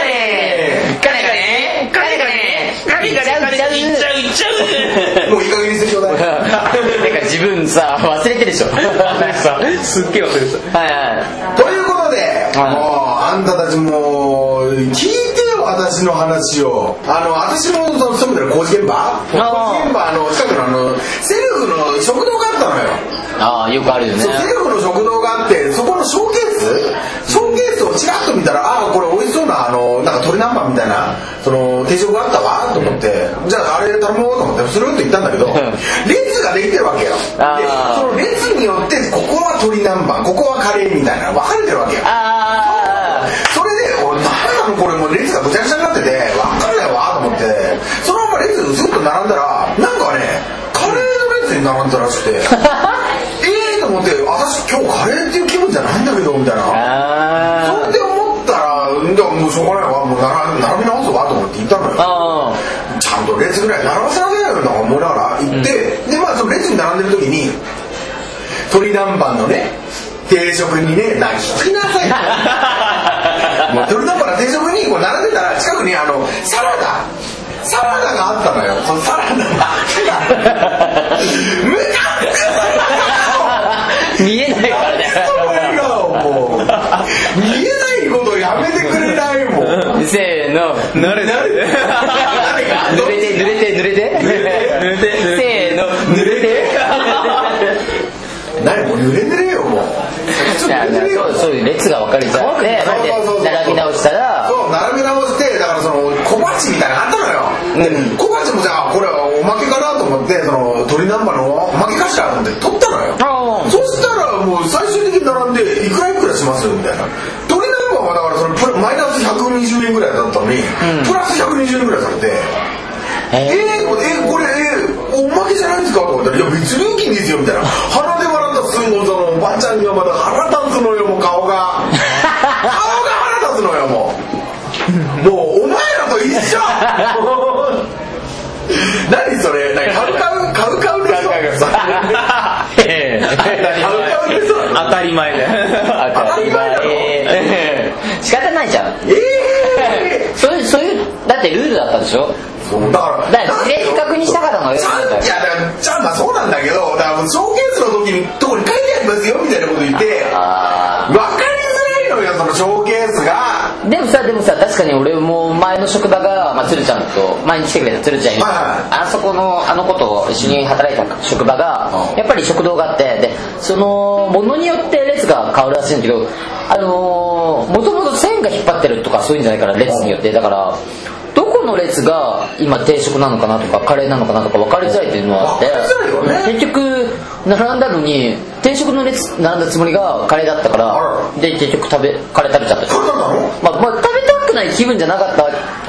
Speaker 1: カレカレカレカレカレカレカレカレカレ
Speaker 3: いっちゃういっちゃう
Speaker 2: もういい加減にしてちょうだい
Speaker 1: なんか自分さ忘れてるでしょはい
Speaker 3: すっげえ忘れてた
Speaker 1: は
Speaker 2: ということで、
Speaker 1: はい
Speaker 2: もうあんたたちもう聞いてよ私の話をあの私もその勤めてる工事現場工
Speaker 1: あー
Speaker 2: 事現場の近くのあのセルフの食堂があったのよ、
Speaker 1: いああよくあるよね
Speaker 2: そうセルフの食堂があってそこのショーケースショーケースをちらっと見たらああこれ美味しそうなあのなんか鶏南蛮みたいなその定食があったわと思って、じゃああれ頼もうと思ってスルンと言ったんだけど列ができてるわけよで
Speaker 1: あー
Speaker 2: その列によってここは鶏南蛮ここはカレーみたいなの分かれてるわけよ
Speaker 1: あ
Speaker 2: それで俺なんなのこれもう列がぐちゃぐちゃになってて分かんないわと思ってそのまま列がずっと並んだらなんかねカレーの列に並んだらしくてええと思って私今日カレーっていう気分じゃないんだけどみたい
Speaker 1: あ
Speaker 2: なそ
Speaker 1: あ
Speaker 2: んで思ったらうんじゃあもうしょうがないわもう並並び直すわと思って行ったのよ
Speaker 1: あ
Speaker 2: ちゃんと列ぐらい並ばせなきゃいけないよとか思いながら行って、でまあその列に並んでる時に鶏南蛮のね定食にね泣きつきなさいよもう鶏南蛮の定食にこう並んでたら近くにあのサラダサラダがあったのよそのサラダがあったむかつく
Speaker 1: 見えないからね
Speaker 2: その笑顔もうやめてくれないもん
Speaker 1: せーの
Speaker 3: なるなる
Speaker 1: 濡れて濡れて濡れて
Speaker 3: 濡れて濡れて
Speaker 1: せーの濡れて
Speaker 2: 何もう濡れ濡れよもう
Speaker 1: いやいやそうそういう列が分かれちゃって
Speaker 2: そうそうそうそう
Speaker 1: で並び直したら
Speaker 2: そう並び直してだからその小鉢みたいなのあったのよ、で小鉢もじゃあこれはおまけかなと思ってその鳥南蛮のおまけかしらと思って取ったのよ
Speaker 1: あー
Speaker 2: そしたらもう最終的に並んでいくらいくらしますみたいな鳥南蛮はだからそのプラマイナス120円ぐらいだったのに、プラス120円ぐらいされてえー、えこれ、えーおまけじゃないんですかとか言ったら「いや別料金ですよ」みたいな鼻で笑ったすんごそのおばちゃんにはまだ腹立つのよもう顔が顔が腹立つのよもうもうお前らと一緒何それ何カウカウカウカウでしょ
Speaker 3: ええ
Speaker 2: カウカウでしょ
Speaker 3: 当たり前だ
Speaker 1: 当たり前
Speaker 2: 当たり前
Speaker 1: えー仕方ないじゃん
Speaker 2: ええ
Speaker 1: そういうそういうだってルールだったでしょ
Speaker 2: そうだから
Speaker 1: だから正確にしたかったのよ
Speaker 2: ちゃんいやだからちゃんまあそうなんだけどだからもうショーケースの時にとこに書いてありますよみたいなこと言って
Speaker 1: あ
Speaker 2: 分かりづらいのよそのショーケースが
Speaker 1: ーでもさでもさ確かに俺も前の職場が、まあ、鶴ちゃんと前に来てくれた鶴ちゃんいる
Speaker 2: はい
Speaker 1: あそこのあの子と一緒に働いた職場が
Speaker 2: うん
Speaker 1: やっぱり食堂があってでそのものによって列が変わるらしいんだけどあのもともと線が引っ張ってるとかそういうんじゃないから列によってだからどこの列が今定食なのかなとかカレーなのかなとか分かりづらいっていうのはあって
Speaker 2: 分かりづらいよね
Speaker 1: 結局並んだのに定食の列並んだつもりがカレーだったか
Speaker 2: あ
Speaker 1: らで結局食べカレー食べちゃった
Speaker 2: これなんだろう
Speaker 1: まあ、まあ、食べたくない気分じゃなかった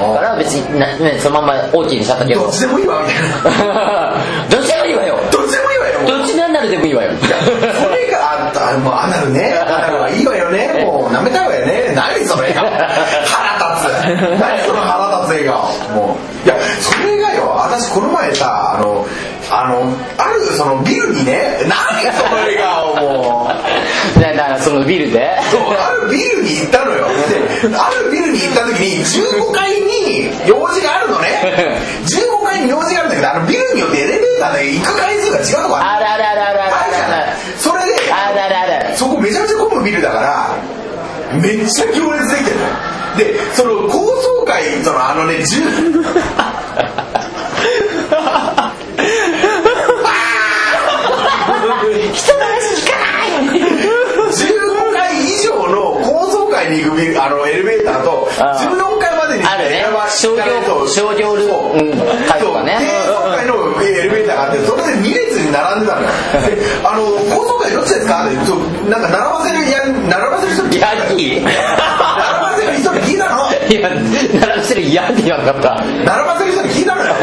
Speaker 1: から別にな、ね、そのまんま大きいにしちゃったけどど
Speaker 2: どっ
Speaker 1: っ
Speaker 2: ちでもいいわみたいな
Speaker 1: ちでもいいわよ
Speaker 2: どっちでもいいわよもう
Speaker 1: どっちなんならでもいいわよ
Speaker 2: それがあったもうアナルねアナルはいいわよねもう舐めたいわよね何それが腹立つ何その腹立つ映画もういやそれがよ私この前さあのあのあるそのビルにね何その笑顔もう
Speaker 1: だからそのビルで
Speaker 2: そうあるビルに行ったのよであるビルに行った時に15階に用事があるの ね15階に用事があるんだけどあのビルによってエレベーターで行く回数が違うのがあ
Speaker 1: あ
Speaker 2: る
Speaker 1: ららららら
Speaker 2: あるじゃ
Speaker 1: ら
Speaker 2: ないそれで
Speaker 1: あららら
Speaker 2: そこめちゃめちゃ混むビルだからめっちゃ行列できてるのよでその高層階そのあのね10 15階以上の高層階に行くビルあのエレベーターと
Speaker 1: あー
Speaker 2: 14階までに
Speaker 1: あるね
Speaker 2: 選ば
Speaker 1: 商
Speaker 2: 選ばれ
Speaker 1: 業
Speaker 2: ると
Speaker 1: 商業ル
Speaker 2: そう
Speaker 1: ームうん
Speaker 2: そう
Speaker 1: 会とかね
Speaker 2: 低層階のエレベーターがあってそれで2列に並んでたのよで「あの高層階どっちですか?」ってそうなんか並ばせるや並ばせる人に聞い
Speaker 1: ヤ
Speaker 2: たのよ
Speaker 1: ギい
Speaker 2: 並ばせる人に聞いたの
Speaker 1: や並ばせるヤギなんだった
Speaker 2: 並ばせる人に聞いたのよ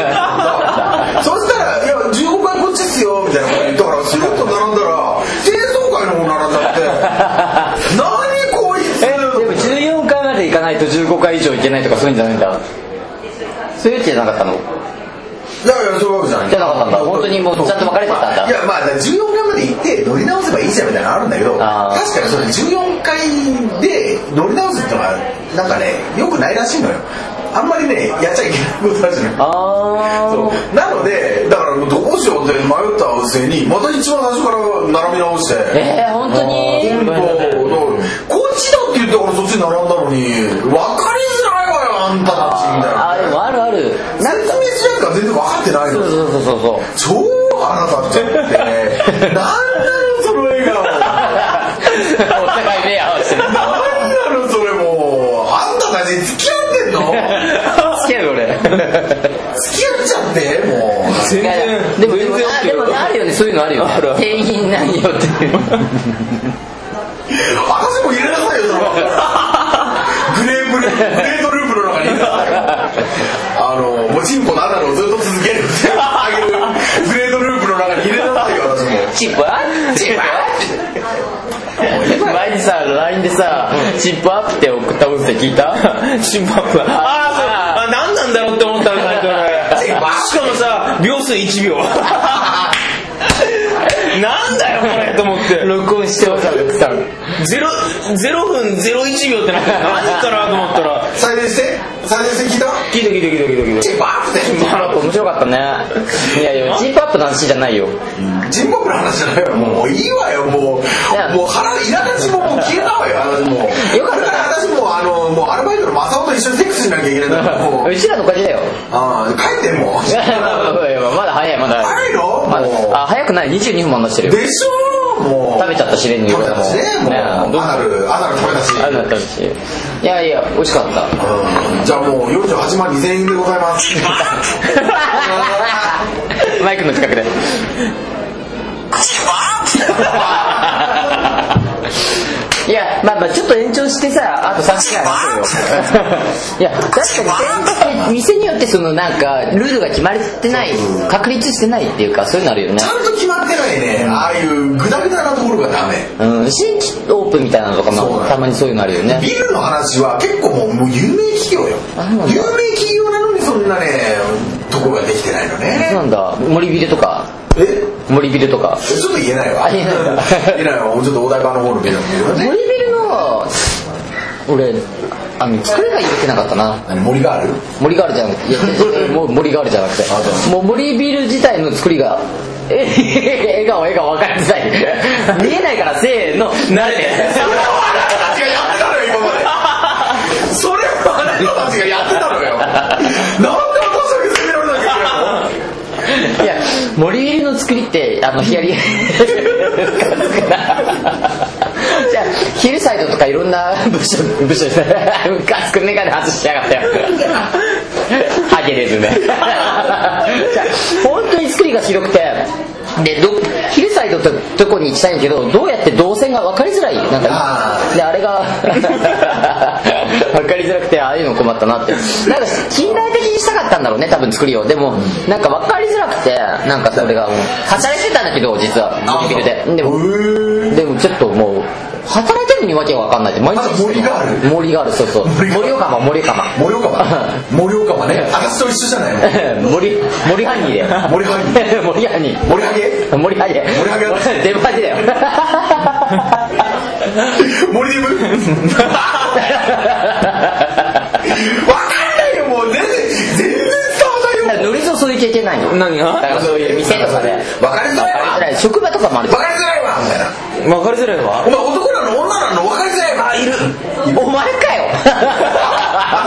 Speaker 2: そうそしたら「いや15階こっちっすよ」みたいなこと言ったからスルッと並んだら低層階の方並んじゃ って「何こいつ!」
Speaker 1: でも14回まで行かないと15回以上行けないとかそういうんじゃないんだそういうじゃなかったの
Speaker 2: いやいやそういうわけじゃない
Speaker 1: じゃなかったんだ本当にもうちゃんと分かれてたんだ
Speaker 2: まあいやまあ14回まで行って乗り直せばいいじゃんみたいなのあるんだけど確
Speaker 1: あー
Speaker 2: かにそれ14回で乗り直すってのはなんかねよくないらしいのよあんまりねやっちゃいけないことらしいのよ
Speaker 1: あ
Speaker 2: そうなのでだからどうしようって迷ったせいにまた一番最初から並び直して
Speaker 1: ーえー、本当に
Speaker 2: 本当だからこっちだって言ったからそっちに並んだのに分かりづらいわよあんたたちみたい
Speaker 1: あ
Speaker 2: な
Speaker 1: ーでもあるある
Speaker 2: 説明しないから全然分かってないの
Speaker 1: そうそうそうそうそう
Speaker 2: 超腹立っちゃって何なのその笑顔
Speaker 1: お互い目合わせてる
Speaker 2: 何なのそれもうあんたたち付き合ってんの
Speaker 1: 付き合うよ俺
Speaker 2: 付き合っちゃってもう
Speaker 3: 全然
Speaker 1: でもで
Speaker 3: 全
Speaker 1: も
Speaker 3: 然
Speaker 1: あでもねあるよねそういうのあるよね
Speaker 3: あるある
Speaker 1: 店員何よっていう
Speaker 2: 私も入れなさいよそのグレープルグレートループの中に入れなさいよあのもうチンコの穴をずっと続けるあげるグレートループの中に入れなさいよ私も
Speaker 1: チップアップチップアップ前にさ LINE でさチップアップって送った音声聞いた
Speaker 3: チンパップああそうあ何なんだろうって思ったの最初俺
Speaker 2: チンパップ
Speaker 3: しかもさ秒数1秒なんだよこれと思って
Speaker 1: 録音してました奥さん
Speaker 3: ゼロゼロ分01秒ってなって何かなと思ったら
Speaker 2: 再生して再生して聞いた
Speaker 3: 聞いた聞いた聞いた聞いた聞いた
Speaker 2: チップアップって
Speaker 1: まあ面白かったねいやいやジープアップの話じゃないよ
Speaker 2: ジンバブの話じゃないよもういいわよもうもう
Speaker 1: や
Speaker 2: 腹いらだちももう消えたわよ私もう
Speaker 1: よかった
Speaker 2: これから私もうあのもうアルバイトの正雄と一緒にセックスしなきゃいけないんだから もう
Speaker 1: うちらのおかげだよ
Speaker 2: ああ帰って もう
Speaker 1: いや まだ早いまだ
Speaker 2: 早いの
Speaker 1: ま
Speaker 2: もう
Speaker 1: だあ早くない22分も話してるよ
Speaker 2: でしょもう
Speaker 1: 食べちゃったしね
Speaker 2: 食べちゃったしねもう
Speaker 1: ね
Speaker 2: アナルアナル食べたし
Speaker 1: あれだったしいやいや美味しかっ た
Speaker 2: うんじゃあもう48万2000円でござい ます。
Speaker 1: マイクの近くでいやまあまあちょっと延長してさあと3時間話そうよいや確かに店店によってそのなんかルールが決まってない確立してないっていうかそういうのあるよね
Speaker 2: ちゃんと決まってないね。ああいうグダグダなところがダメ。
Speaker 1: うん、新規オープンみたいなのとか
Speaker 2: そう
Speaker 1: も
Speaker 2: だね
Speaker 1: たまにそういうのあるよね
Speaker 2: ビルの話は結構もうもう有名企業よ。
Speaker 1: あそうなんだ
Speaker 2: 有名企業なのにそんなね、とこができてないの
Speaker 1: そう
Speaker 2: ね。
Speaker 1: なんだ森ビルとか
Speaker 2: え
Speaker 1: 森ビルとか
Speaker 2: ちょっと言えないわ。
Speaker 1: あ言えないんだ
Speaker 2: 言えないわ。もうちょっとお台場の方のビルのビル
Speaker 1: 森
Speaker 2: ね。
Speaker 1: ビルの俺あの作りが言えてなかったな
Speaker 2: 何森がある
Speaker 1: 森ガールじゃなくていやえ もう森ガールじゃなく
Speaker 2: あそ
Speaker 1: てもう森ビル自体の作りがえへへへ笑顔笑顔分かりづらい見えないからせーの慣れて
Speaker 2: たちがやってたのよ、今まで。それはあなたたちがやってたのよ。なんで私だけ責められなきゃいけないの
Speaker 1: いや森ビルの作りってあのヒアリじゃあヒルサイドとかいろんな部署部署でムカつくメガネ外しやがったよハゲれるねじゃあ本当に作りが広くてでどヒルサイドってとこに行きたいんだけどどうやって動線が分かりづらいなん
Speaker 2: あ
Speaker 1: か
Speaker 2: ー
Speaker 1: であれが分かりづらくてああいうの困ったなってなんか近代的にしたかったんだろうね多分作りをでもなんか分かりづらくてなんかそれがもうはしゃいでたんだけど実は
Speaker 2: あ
Speaker 1: ビルででも
Speaker 2: へー
Speaker 1: でもちょっともう働いてるのにわけが分かんないって毎日
Speaker 2: あ森がある
Speaker 1: 森があるそうそう
Speaker 2: 森
Speaker 1: 森
Speaker 2: が
Speaker 1: 岡も森岡も
Speaker 2: 盛岡は盛岡はね私と一緒じゃないもん
Speaker 1: 森森ハニーだよ
Speaker 2: 森ハ ニ
Speaker 1: 森ハニー
Speaker 2: 盛り上げ
Speaker 1: 森ハニー
Speaker 2: 森ハニーだった
Speaker 1: 出待ちだよ
Speaker 2: 盛り上げ分かんないよもう全然全然伝わんないよ
Speaker 1: ノリゾそういう経験ないの
Speaker 3: 何
Speaker 1: だか
Speaker 3: が
Speaker 1: らそういう店とかで
Speaker 2: 分かりづらいわ
Speaker 1: 職場とかもある
Speaker 2: 分かりづらいわみたいな
Speaker 3: 分かりづらいわ
Speaker 2: お前男なの女なの分かりづらいわいる
Speaker 1: お前かよ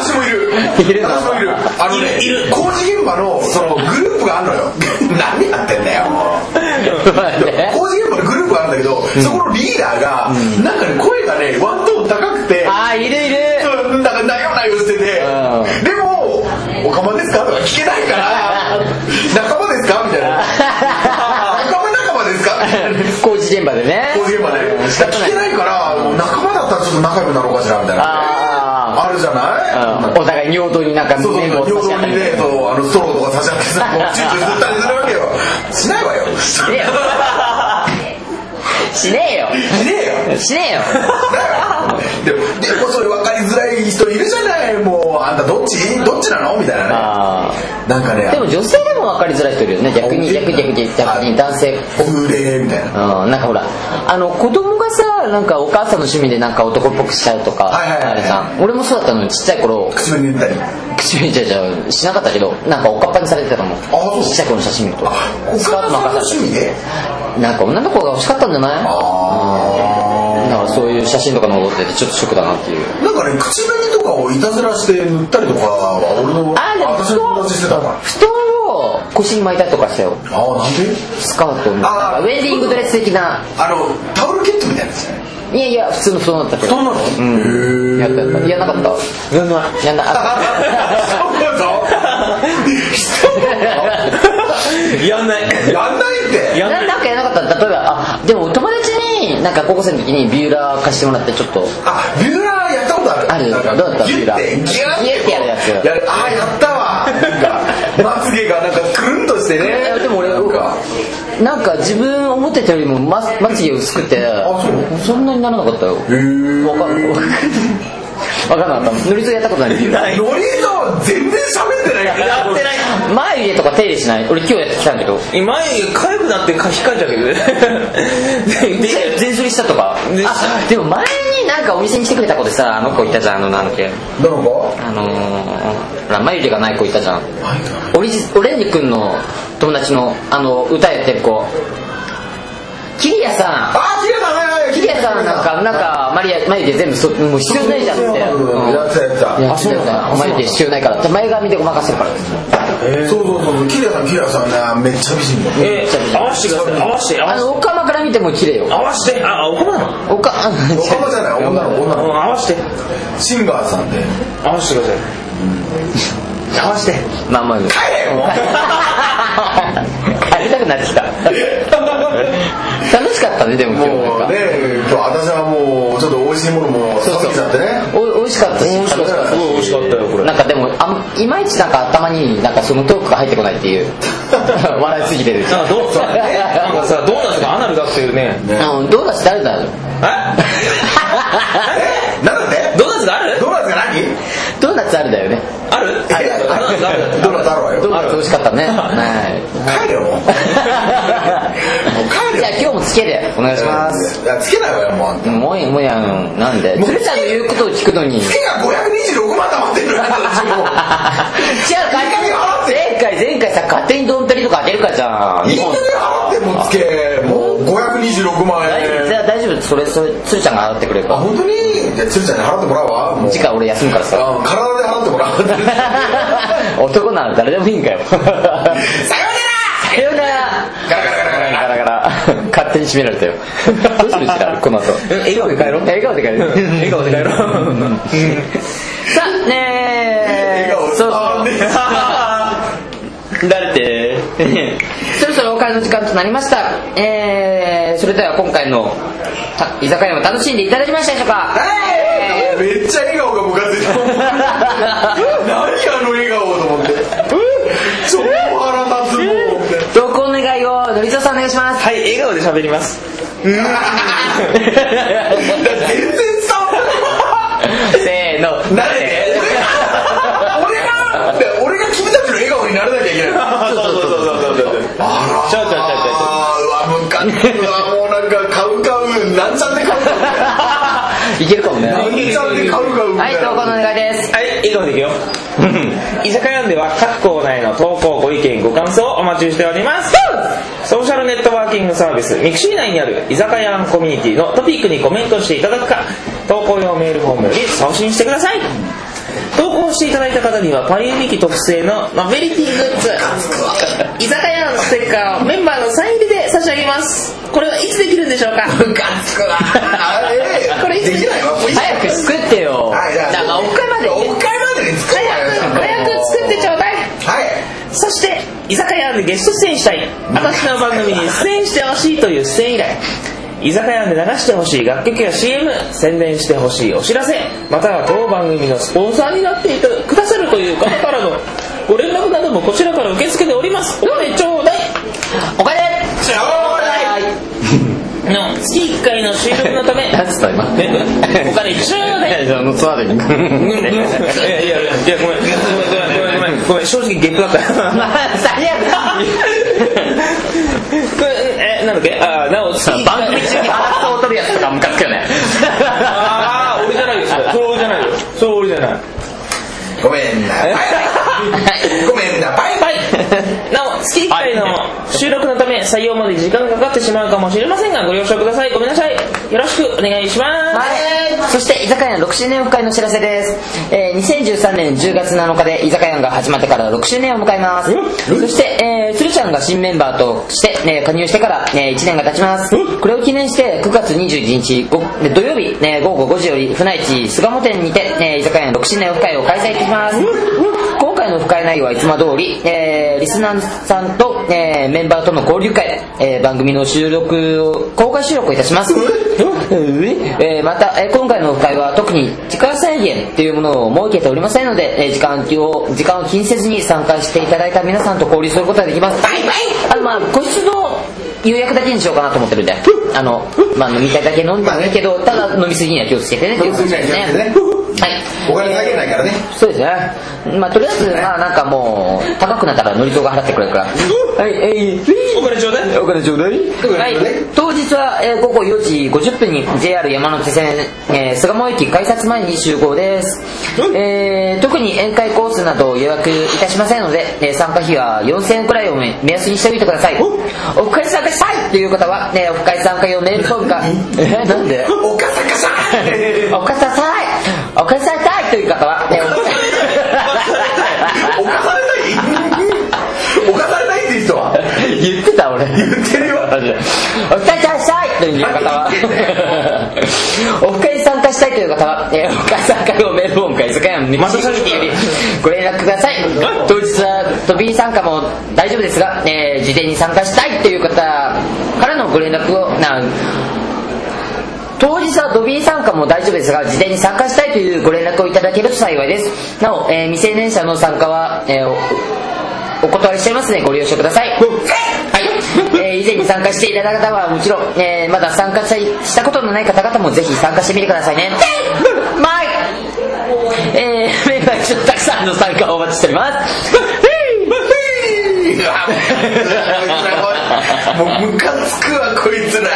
Speaker 2: 私もいる
Speaker 1: いるの
Speaker 2: 私もいるあのねいる工事現場のそのグループがあるのよ 何やってんだよもう工事現場のグループがあるんだけど、そこのリーダーが、なんかね声がねワントーン高くて
Speaker 1: ああいるいる
Speaker 2: うんなんかなよなよしてて、
Speaker 1: ん
Speaker 2: でも「おかまですか?」とか聞けないから「仲間ですか?」みたいな「仲間仲間ですか?」みたいな
Speaker 1: 工事現場でね
Speaker 2: こう言えばね
Speaker 1: 仕方
Speaker 2: 聞
Speaker 1: ない
Speaker 2: けないからもう仲間だったらちょっと仲良くなろうかしらみたいな
Speaker 1: あ
Speaker 2: あるじゃ
Speaker 1: あ
Speaker 2: ない
Speaker 1: お互い尿道になんか
Speaker 2: そうそう
Speaker 1: 全部落
Speaker 2: 平
Speaker 1: とし
Speaker 2: 等
Speaker 1: 合ったり
Speaker 2: にねそうあのストローとか差し合ってさこう躊躇すったりするわけよしないわよし
Speaker 1: ねえしねえよ
Speaker 2: ねえよ
Speaker 1: しねえよ
Speaker 2: でもでもそれ分かりづらい人いるじゃないもうあんたどっちどっちなのみたい なね
Speaker 1: あ
Speaker 2: なんかね
Speaker 1: ーでも女性でも分かりづらい人いるよね逆に逆に逆に逆に男性
Speaker 2: 幽霊みたいな
Speaker 1: うん、なんかほらあの子供がさなんかお母さんの趣味でなんか男っぽくしちゃうとか
Speaker 2: はいはいはい
Speaker 1: あれさ俺もそうだったのにちっちゃい頃
Speaker 2: 口紅塗ったり
Speaker 1: 口紅ちゃちゃしなかったけどなんかおかっぱにされてたかも
Speaker 2: そう
Speaker 1: ちっちゃい頃の写真見ると
Speaker 2: お母さんの趣味で
Speaker 1: なんか女の子が欲しかったんじゃない
Speaker 2: あ
Speaker 1: だからそういう写真とか残っててちょっとショックだなっていう
Speaker 2: あなんかね口紅とかをいたずらして塗ったりとかは俺の
Speaker 1: あでも
Speaker 2: 私の友達してたから
Speaker 1: 布団を腰に巻いたりとかしたよ
Speaker 2: ああなんで
Speaker 1: スカートのなんか
Speaker 2: あー
Speaker 1: ウェディングドレス的な
Speaker 2: あのタオルケットみたいなやつ
Speaker 1: いやいや普通の布団だったけど
Speaker 2: どんなの
Speaker 1: うんやったやったいやなかったやんないやんない あ
Speaker 2: そうだぞ
Speaker 3: やんない
Speaker 2: やんないって
Speaker 3: やん
Speaker 1: な
Speaker 3: ない
Speaker 1: なんかやらなかった例えばあでも友達になんか高校生の時にビューラー貸してもらってちょっと
Speaker 2: あビューラーやったこと
Speaker 1: あ
Speaker 2: ある
Speaker 1: る
Speaker 2: なんか
Speaker 1: どうだった
Speaker 2: ギュッて
Speaker 1: ビューラー
Speaker 2: ギュ
Speaker 1: ギュ
Speaker 2: ッ
Speaker 1: ッてやるやつ
Speaker 2: やるああやったわなんかまつげがなんかくるんとして
Speaker 1: いや
Speaker 2: ね
Speaker 1: でも俺
Speaker 2: なんか
Speaker 1: なんか自分思ってたよりもままつげ薄くて
Speaker 2: あそう
Speaker 1: そんなにならなかったよ
Speaker 2: へえ
Speaker 1: わかる分から なかったノリツやったことない理由
Speaker 2: ノリゾ全然喋ってないから
Speaker 3: やってない
Speaker 1: 眉毛とか手入れしない俺今日やってきたんだけど
Speaker 3: 前痒くなって書き換えたけどね
Speaker 1: 全全剃りしたとか
Speaker 3: で
Speaker 1: あでも前になんかお店に来てくれた子でさあの子いたじゃんあのなんだっけ
Speaker 2: どの子
Speaker 1: あのー、ほら眉毛がない子いたじゃんオリジオレンジ君の友達のあの歌やってる子キリヤさ
Speaker 2: あキリアさんはいはい
Speaker 1: んキリヤさんなんかなんかマリア眉毛全部そもう必要ないじゃんってうん
Speaker 2: やってたやってた
Speaker 1: やってたよな眉毛必要ないからって前髪でごまかしてるから
Speaker 2: そうそうそうそうキリアさんキリアさんねめっちゃ美人だよ
Speaker 3: え合わせてください合わせて合
Speaker 1: あ
Speaker 3: わせて
Speaker 1: の岡間から見ても綺麗よ
Speaker 3: 合わせてああ怒らなの
Speaker 1: 岡
Speaker 2: 岡場じゃない女の子女
Speaker 3: うん
Speaker 2: の
Speaker 3: 合わせて
Speaker 2: 子シンガーさんで
Speaker 3: 合わせてください合わせて
Speaker 1: まあまあ帰れよ 帰りたくなってきた楽しかったねでも今日なん
Speaker 2: も
Speaker 1: か
Speaker 2: うね今日私はもうちょっと美味しいものも食べちゃってね
Speaker 1: お美味しかったし楽しかった
Speaker 3: すごい美味しかったよこれ
Speaker 1: なんかでもあんいまいちなんか頭になんかそのトークが入ってこないっていう笑いすぎてる
Speaker 3: なんかどうさなんかさどうなんですかアナルだっていうね
Speaker 1: あのドーナツ誰だろう
Speaker 3: え
Speaker 2: なんだって
Speaker 3: ドーナツがある
Speaker 2: ドーナツが何
Speaker 1: ドーナツあるだよね
Speaker 3: ある
Speaker 2: ある
Speaker 3: ドーナツがある
Speaker 2: ドーナツあるわ
Speaker 1: ド
Speaker 2: よ
Speaker 1: ーナツ美味しかったねはい
Speaker 2: 帰れよもう帰れ
Speaker 1: じゃあ
Speaker 2: よ
Speaker 1: 今日もつけてお願いします
Speaker 2: いやつけないわよもうあんた
Speaker 1: もういいもうやんなんで
Speaker 2: もう
Speaker 1: 鶴ちゃんの言うことを聞くのに違う
Speaker 2: 月が526万溜まってるのよ私もう
Speaker 1: 買い
Speaker 2: いい加減払
Speaker 1: 前回前
Speaker 2: って
Speaker 1: 回さ勝手にドンペリとか当てるからじゃん
Speaker 2: いい加減払ってもつけもう526万
Speaker 1: 大丈夫じゃ
Speaker 2: 円
Speaker 1: あ大丈夫それそれ鶴ちゃんが払ってくれる
Speaker 2: あ
Speaker 1: か
Speaker 2: 本当にいや鶴ちゃんに払ってもらうわもう
Speaker 1: ら次回俺休むからさ
Speaker 2: あ体で払ってもらうさようなら
Speaker 1: 男なら誰でもいいんかよさようなら
Speaker 2: ガラガラガラガラ
Speaker 1: ガラガラ勝手に閉められたよどうする時間この後笑顔で帰ろう笑顔で 帰ろう笑顔で帰ろうさあね
Speaker 2: 笑顔
Speaker 1: ーそろそろ
Speaker 3: 誰って
Speaker 1: そろそろお会の時間となりましたえー、それでは今回のた居酒屋も楽しんでいただきましたでしょうかえ
Speaker 2: めっちゃ笑顔がムカ ついた何あの笑顔と思って超腹立つもう思って
Speaker 1: ー投稿お願いをのりぞうさんお願いします
Speaker 3: はい笑顔で喋ります
Speaker 1: せー
Speaker 2: 全然伝わら
Speaker 1: の
Speaker 2: ない俺が俺がで俺が君たちの笑顔にならなきゃいけ
Speaker 3: そ
Speaker 2: ない
Speaker 3: うそうそうそうそうそう
Speaker 2: あら
Speaker 3: ちょちょちょちょ
Speaker 2: あーうわムカつくわもうなんかカウカウなんちゃってカウカウみたい
Speaker 1: いけるかもね
Speaker 2: な
Speaker 1: は
Speaker 2: なんちゃってカウカウみた
Speaker 1: い
Speaker 2: いな
Speaker 1: 投稿のお願いです
Speaker 3: はい、笑顔でいくよ。居酒屋では各校内の投稿、ご意見、ご感想をお待ちしております。ソーシャルネットワーキングサービス、ミクシー内にある居酒屋コミュニティのトピックにコメントしていただくか、投稿用メールフォームより送信してください。投稿していただいた方にはパリウミキ特製のノベリティグッズ居酒屋のステッカーをメンバーのサイン入りで差し上げますこれはいつできるんでしょうかムカつくわ
Speaker 2: あれ
Speaker 3: これいつ
Speaker 2: できないわもういい
Speaker 1: 早く作ってよ
Speaker 2: はいじゃあ
Speaker 1: なんかおっかいまで
Speaker 2: おっかいまでに作る
Speaker 3: 早く作ってちょうだい
Speaker 2: はい
Speaker 3: そして居酒屋でゲスト出演したい私の番組に出演してほしいという出演依頼居酒屋で流してほしい楽曲や CM 宣伝してほしいお知らせまたは当番組のスポンサーになっていたくださるという方からのご連絡などもこちらから受け付けておりますお金ちょうだい
Speaker 1: お金
Speaker 2: ちょうだい
Speaker 3: の月1回の収録のため
Speaker 1: 何つった今
Speaker 3: えお金ちょうだい
Speaker 1: いやあのつまで に
Speaker 3: いやいやいやいやごめんごめんごめんごめんごめんごめん正直ゲップだった
Speaker 1: まあ最悪だ
Speaker 3: これ えなんだっけあなお月
Speaker 1: 番組中に発想を取るやつとかムカ つくよね
Speaker 3: ああ俺じゃないですそれ俺じゃないよそれ俺じゃない
Speaker 2: ごめんなごめんなバイバイ
Speaker 3: はいなお月1回の収録のため採用まで時間がかかってしまうかもしれませんがご了承くださいごめんなさいよろしくお願いします
Speaker 1: そして居酒屋の6周年オフ会のお知らせです、えー2013年10月7日で居酒屋が始まってから6周年を迎えますそして、えー、鶴ちゃんが新メンバーとして、ね、加入してから、ね、1年が経ちますこれを記念して9月21日ごね土曜日、ね、午後5時より船市巣鴨店にて、ね、居酒屋の6周年オフ会を開催いたします今回のオフ会内容はいつも通り、えーリスナーさんと、えーメンバーとの交流会、えー番組の収録を公開収録をいたしますえーまた、えー今回のオフ会は特に時間制限というものを設けておりませんので、えー時間を時間を気にせずに参加していただいた皆さんと交流することができますあのまあ個室の予約だけにしようかなと思ってるんであの、まあ、飲み会だけ飲んでもいいけどただ飲みすぎには気をつけてねということですね
Speaker 2: 飲み過ぎには気をつけてね
Speaker 1: はい
Speaker 2: お金下げない からね
Speaker 1: そうですね。まあとりあえず、まあなんかもう、高くなったらのりとが払ってくれるから。はい、えい、
Speaker 3: お金ちょうだい
Speaker 1: お金ちょうだい。はい、当日は、えー午後4時50分に JR 山手線、えー、巣鴨駅改札前に集合です。えー特に宴会コースなど予約いたしませんので、えー参加費は4000円くらいをめ目安にしておいてください。オフ会参加したいという方は、えーオフ会参加用メールフォームか、えーなんで
Speaker 2: おかさかさ
Speaker 1: おかささいおかさたいという方は、えー
Speaker 2: 犯されない犯されないっていう人は
Speaker 1: 言ってた俺言
Speaker 2: ってるよ
Speaker 1: お二人参加したいという方はオフ会に参加したいという方は、えー、オフ会参加をメールフォームか居酒屋の道
Speaker 3: た
Speaker 1: によりご連絡ください当日は飛び入り参加も大丈夫ですが、えー事前に参加したいという方からのご連絡をな当日はドビー参加も大丈夫ですが事前に参加したいというご連絡をいただけると幸いですなお、えー未成年者の参加は、えーおお断りしておりますのでご了承くださいはい、えー以前に参加していただいた方はもちろん、えーまだ参加したしたことのない方々もぜひ参加してみてくださいね マイえー、メンバー一緒にたくさんの参加をお待ちしております
Speaker 2: もうムカつくわこいつら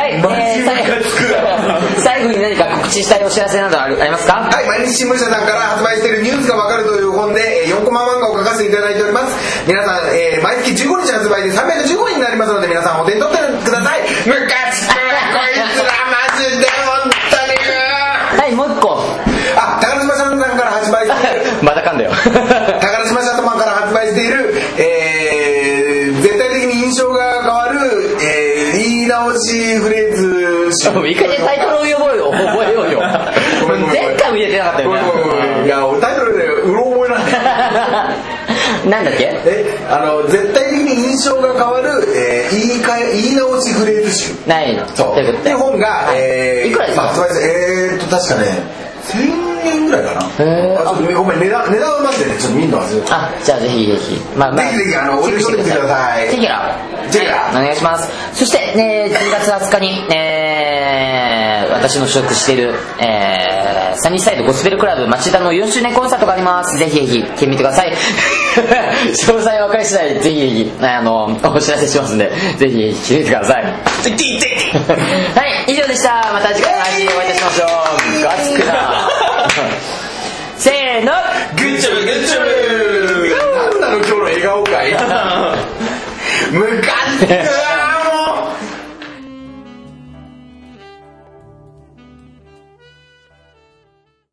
Speaker 1: はい、
Speaker 2: マジムカつくわ
Speaker 1: えー最後に何か告知したいお知らせなどあるありますか
Speaker 2: はい、毎日新聞社さんから発売しているニュースがわかるという本で、えー4コマ漫画を書かせていただいております。皆さん、えー毎月15日発売で315円になりますので、皆さんお手に取ってください。ムカつくわ、こいつら、マジで、本当に
Speaker 1: はいもう一個
Speaker 2: あ、高島社さんから発売している、
Speaker 1: またか んだよ
Speaker 2: 高島社マンから発売している、えー絶対的に印象が変わる、えー言い直しフレーズ
Speaker 1: もう一回でタイトルを覚えよう覚えようよ
Speaker 2: ごめんごめんごめん
Speaker 1: 前回も言えてなかったよ
Speaker 2: ご
Speaker 1: ね
Speaker 2: めんごめんごめんいや、俺タイトルでうろ覚えなんだよ
Speaker 1: なんだっけ
Speaker 2: えあの絶対的に印象が変わる、えー言い換え言い直しフレーズ集
Speaker 1: ないの
Speaker 2: そう
Speaker 1: ということ
Speaker 2: って
Speaker 1: で
Speaker 2: 本が、えー
Speaker 1: いくらですか
Speaker 2: まあ発売さえーっと確かね1000円ぐらいかな
Speaker 1: へー
Speaker 2: あちょっとごめん値段値段は待ってねちょっと見んの忘れてた
Speaker 1: あじゃあぜひぜひまあまあ
Speaker 2: ぜひぜひあの
Speaker 1: チェックしてください
Speaker 2: お許しください
Speaker 1: ぜひら
Speaker 2: ぜひら
Speaker 1: はいお願いしますそしてね10月20日にえー私の所属しているえーサニーサイドゴスペルクラブ町田の4周年コンサートがありますぜひぜひ来てみてください 詳細は分かり次第ぜひぜひあのお知らせしますんでぜひぜひ来てみてくださいはい以上でしたまた次回の配信でお会いいたしましょうガチク なせーの
Speaker 3: グッチョブグッチョブ
Speaker 2: なんなの今日の笑顔会ムカつくわ